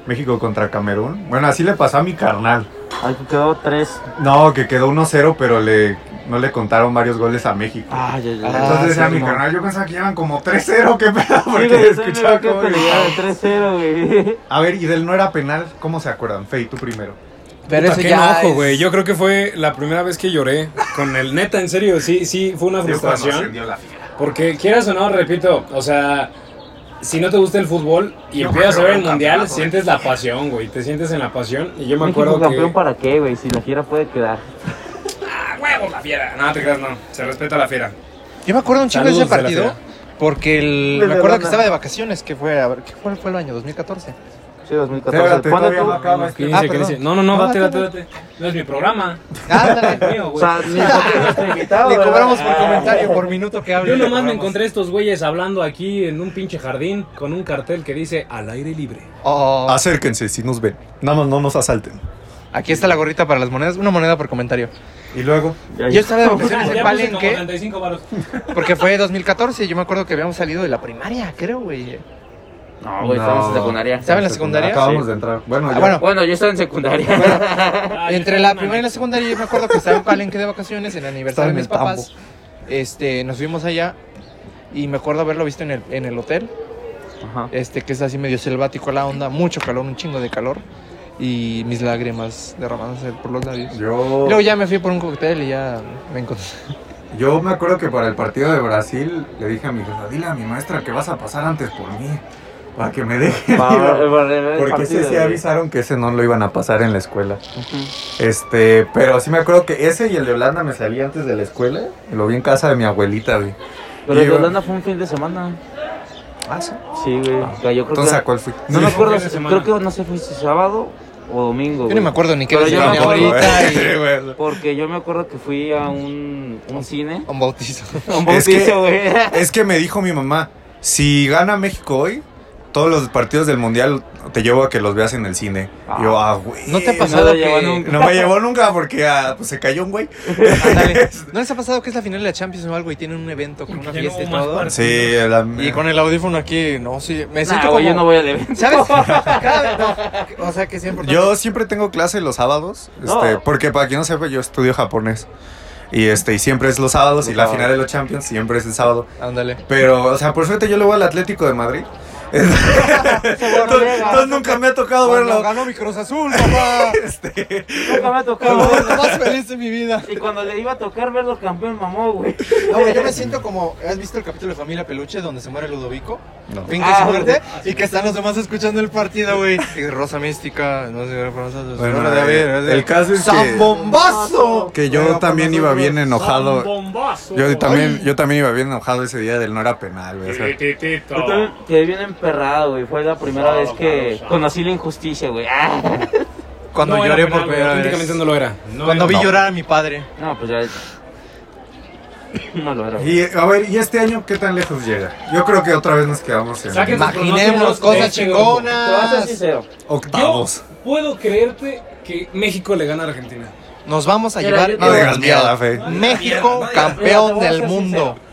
Speaker 1: México contra Camerún. Bueno, así le pasó a mi carnal.
Speaker 3: Ay, quedó tres.
Speaker 1: No, que quedó 1-0, pero le, no le contaron varios goles a México.
Speaker 3: Ay, ay, ay.
Speaker 1: Entonces
Speaker 2: Ah,
Speaker 1: decía
Speaker 2: sí,
Speaker 1: mi
Speaker 2: no.
Speaker 1: canal, yo pensaba que iban como 3-0, qué pedo, porque
Speaker 3: Sí, güey,
Speaker 1: escuchaba
Speaker 3: que
Speaker 1: cómo gritaban.
Speaker 3: 3-0, güey.
Speaker 1: A ver, y del no era penal, ¿cómo se acuerdan? Fey, tú primero.
Speaker 2: Pero
Speaker 5: Puta,
Speaker 2: eso
Speaker 5: qué
Speaker 2: ya.
Speaker 5: enojo,
Speaker 2: es-
Speaker 5: güey. Yo creo que fue la primera vez que lloré con el neta, en serio, sí, sí, fue una
Speaker 1: Yo cuando
Speaker 5: frustración.
Speaker 1: ascendió la fila.
Speaker 5: Porque quieras o no, repito, o sea, si no te gusta el fútbol y
Speaker 1: Yo
Speaker 5: empiezas a
Speaker 1: creo
Speaker 5: ver
Speaker 1: que
Speaker 5: el
Speaker 1: un
Speaker 5: mundial,
Speaker 1: campeonato,
Speaker 5: sientes la pasión, güey. Te sientes en la pasión. Y yo me
Speaker 3: México
Speaker 5: acuerdo que.
Speaker 3: campeón para qué, güey, si la gira puede quedar.
Speaker 5: ¡Ah, huevo, la fiera! No, te creas, no. Se respeta la fiera.
Speaker 2: Yo me acuerdo un chingo de ese
Speaker 5: Saludos de la
Speaker 2: partido.
Speaker 5: fea.
Speaker 2: Porque el-
Speaker 1: Desde
Speaker 2: me acuerdo
Speaker 1: Lana.
Speaker 2: que estaba de vacaciones, que fue, a ver, ¿qué fue, fue el año? 2014.
Speaker 3: Sí, 2014.
Speaker 1: Espérate,
Speaker 3: ¿Cuándo
Speaker 1: todavía
Speaker 3: tú?
Speaker 1: no acaba.
Speaker 5: ¿Qué
Speaker 2: Ah,
Speaker 5: dice? ¿Qué
Speaker 2: perdón.
Speaker 5: dice? No, no, no,
Speaker 2: No,
Speaker 5: date, date,
Speaker 2: date,
Speaker 5: date. No es mi programa.
Speaker 2: Ándale.
Speaker 5: Es mío,
Speaker 3: O
Speaker 5: güey.
Speaker 3: sea, ni porque nuestro invitado,
Speaker 2: Le
Speaker 3: ¿verdad?
Speaker 2: cobramos por
Speaker 3: Ah.
Speaker 2: comentario, por minuto que hable.
Speaker 5: Yo
Speaker 2: le
Speaker 5: nomás me
Speaker 2: cobramos.
Speaker 5: encontré estos güeyes hablando aquí en un pinche jardín con un cartel que dice al aire libre.
Speaker 2: Oh,
Speaker 1: Acérquense, si nos ven. Nada más no nos asalten.
Speaker 2: aquí está la gorrita para las monedas, una moneda por comentario.
Speaker 1: Y luego,
Speaker 3: Ya,
Speaker 2: Yo estaba de
Speaker 5: Ya
Speaker 2: vacaciones
Speaker 5: puse
Speaker 2: en
Speaker 5: como
Speaker 2: Palenque
Speaker 5: 35 varos.
Speaker 2: porque fue 2014 y yo me acuerdo que habíamos salido de la primaria, creo, güey.
Speaker 3: No, güey, estamos en
Speaker 1: No.
Speaker 3: secundaria.
Speaker 2: ¿Saben la secundaria?
Speaker 1: acabamos de entrar. Bueno,
Speaker 2: Ah,
Speaker 1: ya.
Speaker 2: bueno,
Speaker 3: Bueno, yo estaba en secundaria.
Speaker 5: Ah,
Speaker 2: Entre
Speaker 5: yo
Speaker 2: la
Speaker 5: también.
Speaker 2: primaria y la secundaria yo me acuerdo que estaba en Palenque de vacaciones en el aniversario de mis
Speaker 1: Estaba en el
Speaker 2: papás. Este, nos fuimos allá y me acuerdo haberlo visto en el, en el hotel,
Speaker 3: Ajá.
Speaker 2: este que es así medio selvático la onda, mucho calor, un chingo de calor y mis lágrimas derramándose por los labios.
Speaker 1: yo,
Speaker 2: Luego ya me fui por un cóctel y ya me encontré.
Speaker 1: yo me acuerdo que para el partido de Brasil le dije a mi hija, dile a mi maestra que vas a pasar antes por mí, para que me deje.
Speaker 3: Para- para eh, el
Speaker 1: Porque
Speaker 3: partido,
Speaker 1: ese sí
Speaker 3: güey.
Speaker 1: avisaron que ese no lo iban a pasar en la escuela.
Speaker 3: Ujú.
Speaker 1: Este, pero sí me acuerdo que ese y el de Holanda me salí antes de la escuela. y Lo vi en casa de mi abuelita, güey.
Speaker 3: Pero el de
Speaker 1: Yo-
Speaker 3: Holanda fue un fin de semana.
Speaker 1: Ah, sí.
Speaker 3: Sí, güey. O sea, yo creo
Speaker 1: Entonces,
Speaker 3: que.
Speaker 1: ¿a cuál fui?
Speaker 3: No
Speaker 5: Sí,
Speaker 3: me
Speaker 5: fue un
Speaker 3: acuerdo,
Speaker 5: fin de
Speaker 3: si-
Speaker 5: semana.
Speaker 3: creo que no sé fue si sábado o domingo.
Speaker 2: Yo
Speaker 3: güey.
Speaker 2: ni me acuerdo ni qué
Speaker 3: Pero
Speaker 2: día
Speaker 3: yo
Speaker 2: era
Speaker 3: me
Speaker 2: ni
Speaker 3: acuerdo, ¿eh?
Speaker 2: ahorita y-
Speaker 3: Porque yo me acuerdo que fui a un, un cine,
Speaker 2: un bautizo.
Speaker 3: a un
Speaker 1: Es que-
Speaker 3: bautizo, güey.
Speaker 1: Es que me dijo mi mamá, si gana México hoy, todos los partidos del mundial te llevo a que los veas en el cine. Y yo, ah, güey.
Speaker 2: ¿No te ha
Speaker 3: no
Speaker 2: pasado
Speaker 3: la
Speaker 2: que-
Speaker 3: llevan un-
Speaker 1: No me llevó nunca porque ah, pues, se cayó un güey.
Speaker 2: Ándale. ¿No les ha pasado que es la final de la Champions o algo y tienen un evento con una
Speaker 5: Ya no
Speaker 2: fiesta y
Speaker 5: hubo más
Speaker 2: todo?
Speaker 5: partidos.
Speaker 1: Sí, la-
Speaker 2: Y con el audífono aquí, no, sí, me
Speaker 3: Nah,
Speaker 2: siento
Speaker 3: güey,
Speaker 2: como...
Speaker 3: yo no voy al evento.
Speaker 2: ¿Sabes? Cada vez- no, o sea, que siempre...
Speaker 1: Yo siempre tengo clase los sábados,
Speaker 3: No.
Speaker 1: este, porque para quien no sepa, yo estudio japonés. Y este, y siempre es los sábados, y la final de los Champions siempre es el sábado.
Speaker 2: Ándale.
Speaker 1: Pero, o sea, por suerte yo le voy al Atlético de Madrid. entonces, entonces nunca me ha tocado
Speaker 2: Cuando
Speaker 1: verlo.
Speaker 2: ganó mi Cruz Azul, papá.
Speaker 1: Este,
Speaker 3: Nunca me ha tocado.
Speaker 2: Lo más feliz de mi vida.
Speaker 3: Y cuando le iba a tocar verlo campeón, mamó, güey.
Speaker 2: No, güey, yo me siento como. ¿Has visto el capítulo de Familia Peluche donde se muere Ludovico?
Speaker 1: No.
Speaker 2: Finca su
Speaker 3: Ah,
Speaker 2: muerte. Y que están los demás escuchando el partido, güey. Y Rosa Mística. No sé, Rosa.
Speaker 1: Bueno,
Speaker 2: Rosa de David,
Speaker 1: el-
Speaker 2: de-
Speaker 1: el caso es que-
Speaker 2: ¡Zambombazo!
Speaker 1: que
Speaker 2: Bueno,
Speaker 1: yo también
Speaker 2: para
Speaker 1: iba
Speaker 2: nosotros-
Speaker 1: bien enojado. Yo también, yo también iba bien enojado ese día del Nora Penal, güey, o sea.
Speaker 3: Yo también quedé bien emperrado, güey. Fue la primera vez que conocí la injusticia, güey. Ah.
Speaker 2: Cuando
Speaker 5: No era
Speaker 2: lloré
Speaker 5: penal,
Speaker 2: por
Speaker 5: güey,
Speaker 2: primera
Speaker 5: Auténticamente
Speaker 2: vez.
Speaker 5: no lo era.
Speaker 2: Cuando vi
Speaker 1: No.
Speaker 2: llorar a mi padre.
Speaker 3: No, pues ya. No lo era. güey.
Speaker 1: Y a ver, ¿y este año qué tan lejos llega? Yo creo que otra vez nos quedamos en
Speaker 5: Saquen-
Speaker 2: Imaginemos cosas
Speaker 5: Imaginemos
Speaker 3: Te
Speaker 5: cosas
Speaker 3: voy a ser
Speaker 2: chingonas.
Speaker 3: sincero.
Speaker 5: Yo
Speaker 1: octavos.
Speaker 5: puedo creerte que México le gana a Argentina.
Speaker 2: Nos vamos a
Speaker 3: Mira,
Speaker 2: llevar.
Speaker 3: yo-
Speaker 2: el
Speaker 1: No digas
Speaker 2: mundial.
Speaker 1: mierda, Fe.
Speaker 2: México,
Speaker 3: Mira, te
Speaker 2: campeón
Speaker 3: voy a
Speaker 2: del
Speaker 3: ser
Speaker 2: mundo.
Speaker 3: sincero.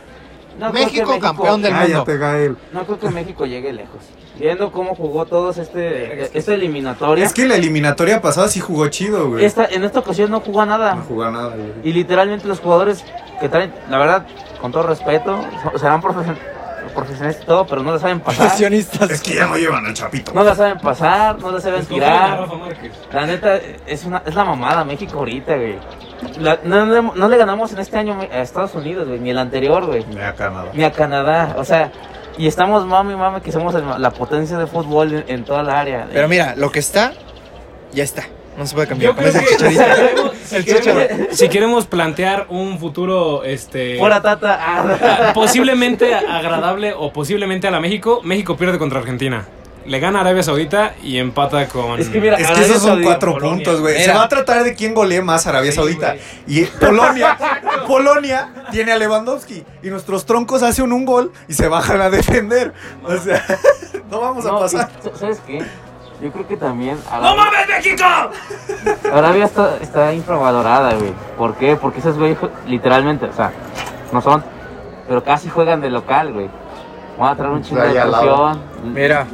Speaker 3: No creo que
Speaker 2: México, campeón del-
Speaker 1: Cállate, Gael.
Speaker 3: No creo que México llegue lejos. Viendo cómo jugó todos este, esta eliminatoria.
Speaker 1: Es que la eliminatoria pasada sí jugó chido, güey.
Speaker 3: esta, en esta ocasión no jugó nada.
Speaker 1: No jugó nada, güey.
Speaker 3: Y literalmente los jugadores que traen, la verdad, con todo respeto, so- serán profe- profesionales y todo, pero no la saben pasar.
Speaker 1: Es que ya no llevan al chapito.
Speaker 3: No la saben pasar, no la saben
Speaker 5: Escojan a
Speaker 3: tirar.
Speaker 5: Rafa Márquez.
Speaker 3: La neta, es, una, es la mamada México ahorita, güey. La- no, le- no le ganamos en este año a Estados Unidos, güey, ni el anterior, güey,
Speaker 1: Ni acá nada.
Speaker 3: ni a Canadá. O sea, y estamos mami, mami, que somos el- la potencia de fútbol en, en toda la área.
Speaker 2: Pero mira, lo que está, ya está. No se puede cambiar.
Speaker 5: Yo creo
Speaker 2: Parece
Speaker 5: que si
Speaker 2: chicharito.
Speaker 5: queremos, si
Speaker 3: Chicharito.
Speaker 5: queremos- si queremos plantear un futuro este
Speaker 3: Fuera tata. ah.
Speaker 5: posiblemente agradable o posiblemente a la México, México pierde contra Argentina. Le gana a Arabia Saudita y empata con
Speaker 3: Es que mira,
Speaker 1: Es que
Speaker 3: Arabia
Speaker 1: esos son
Speaker 3: Saudita,
Speaker 1: cuatro
Speaker 5: Polonia.
Speaker 1: puntos, güey. Se
Speaker 2: Mira.
Speaker 1: va a tratar de quién golee más Arabia Saudita. Y Polonia, Polonia tiene a Lewandowski. Y nuestros troncos hacen un gol y se bajan a defender. O sea, no vamos a
Speaker 3: No,
Speaker 1: pasar.
Speaker 3: y- ¿Sabes qué? Yo creo que también.
Speaker 5: ¡No
Speaker 3: Arabia-
Speaker 5: mames, México!
Speaker 3: Arabia está, está infravalorada, güey. ¿Por qué? Porque esos güeyes ju- literalmente, o sea, no son, pero casi juegan de local, güey. Van a traer un chingo
Speaker 1: Ahí
Speaker 3: de
Speaker 1: al lado.
Speaker 3: presión.
Speaker 2: Mira,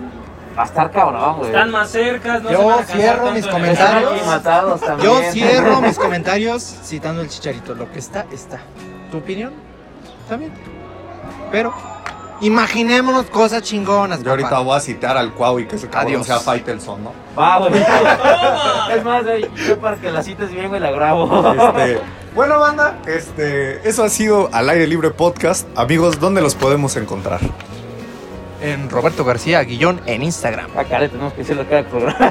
Speaker 3: Va a estar cabrón, güey.
Speaker 5: Están más cercas, no
Speaker 2: Yo
Speaker 5: se van a cansar
Speaker 2: cierro mis
Speaker 5: tanto en el
Speaker 3: Están
Speaker 2: comentarios.
Speaker 5: campo.
Speaker 3: aclimatados también.
Speaker 2: yo cierro mis comentarios citando el chicharito. Lo que está, está. ¿Tu opinión? También. Pero, imaginémonos cosas chingonas.
Speaker 1: Yo ahorita
Speaker 2: papá.
Speaker 1: voy a citar al Cuau y que se cabrón
Speaker 2: Adiós.
Speaker 1: sea Faitelson, ¿no?
Speaker 3: Va, güey. es más, güey, yo para que la cites bien, güey, la grabo.
Speaker 1: Este, bueno, banda, este, eso ha sido Al Aire Libre Podcast. Amigos, ¿dónde los podemos encontrar?
Speaker 2: En Roberto García Guillón en Instagram.
Speaker 3: Ah, caray, tenemos que decirlo cada programa.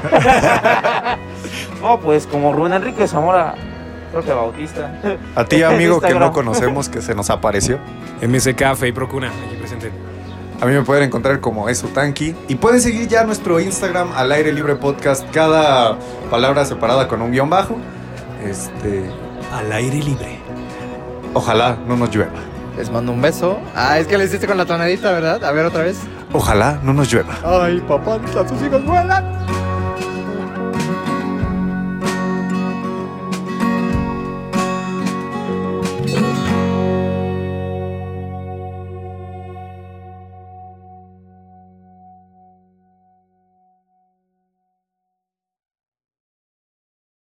Speaker 3: no, pues como Rubén Enrique Zamora, creo que Bautista.
Speaker 1: A ti, amigo, que no
Speaker 3: Instagram.
Speaker 1: conocemos, que se nos apareció.
Speaker 5: MSK, Fey Procuna, aquí presente.
Speaker 1: A mí me pueden encontrar como Esutanki. Y pueden seguir ya nuestro Instagram al aire libre podcast. Cada palabra separada con un guión bajo. Este.
Speaker 5: Al aire libre.
Speaker 1: Ojalá no nos llueva.
Speaker 2: Les mando un beso. Ah, es que le hiciste con la tonadita, ¿verdad? A ver otra vez.
Speaker 1: Ojalá no nos llueva.
Speaker 2: Ay, papá, tus hijos vuelan.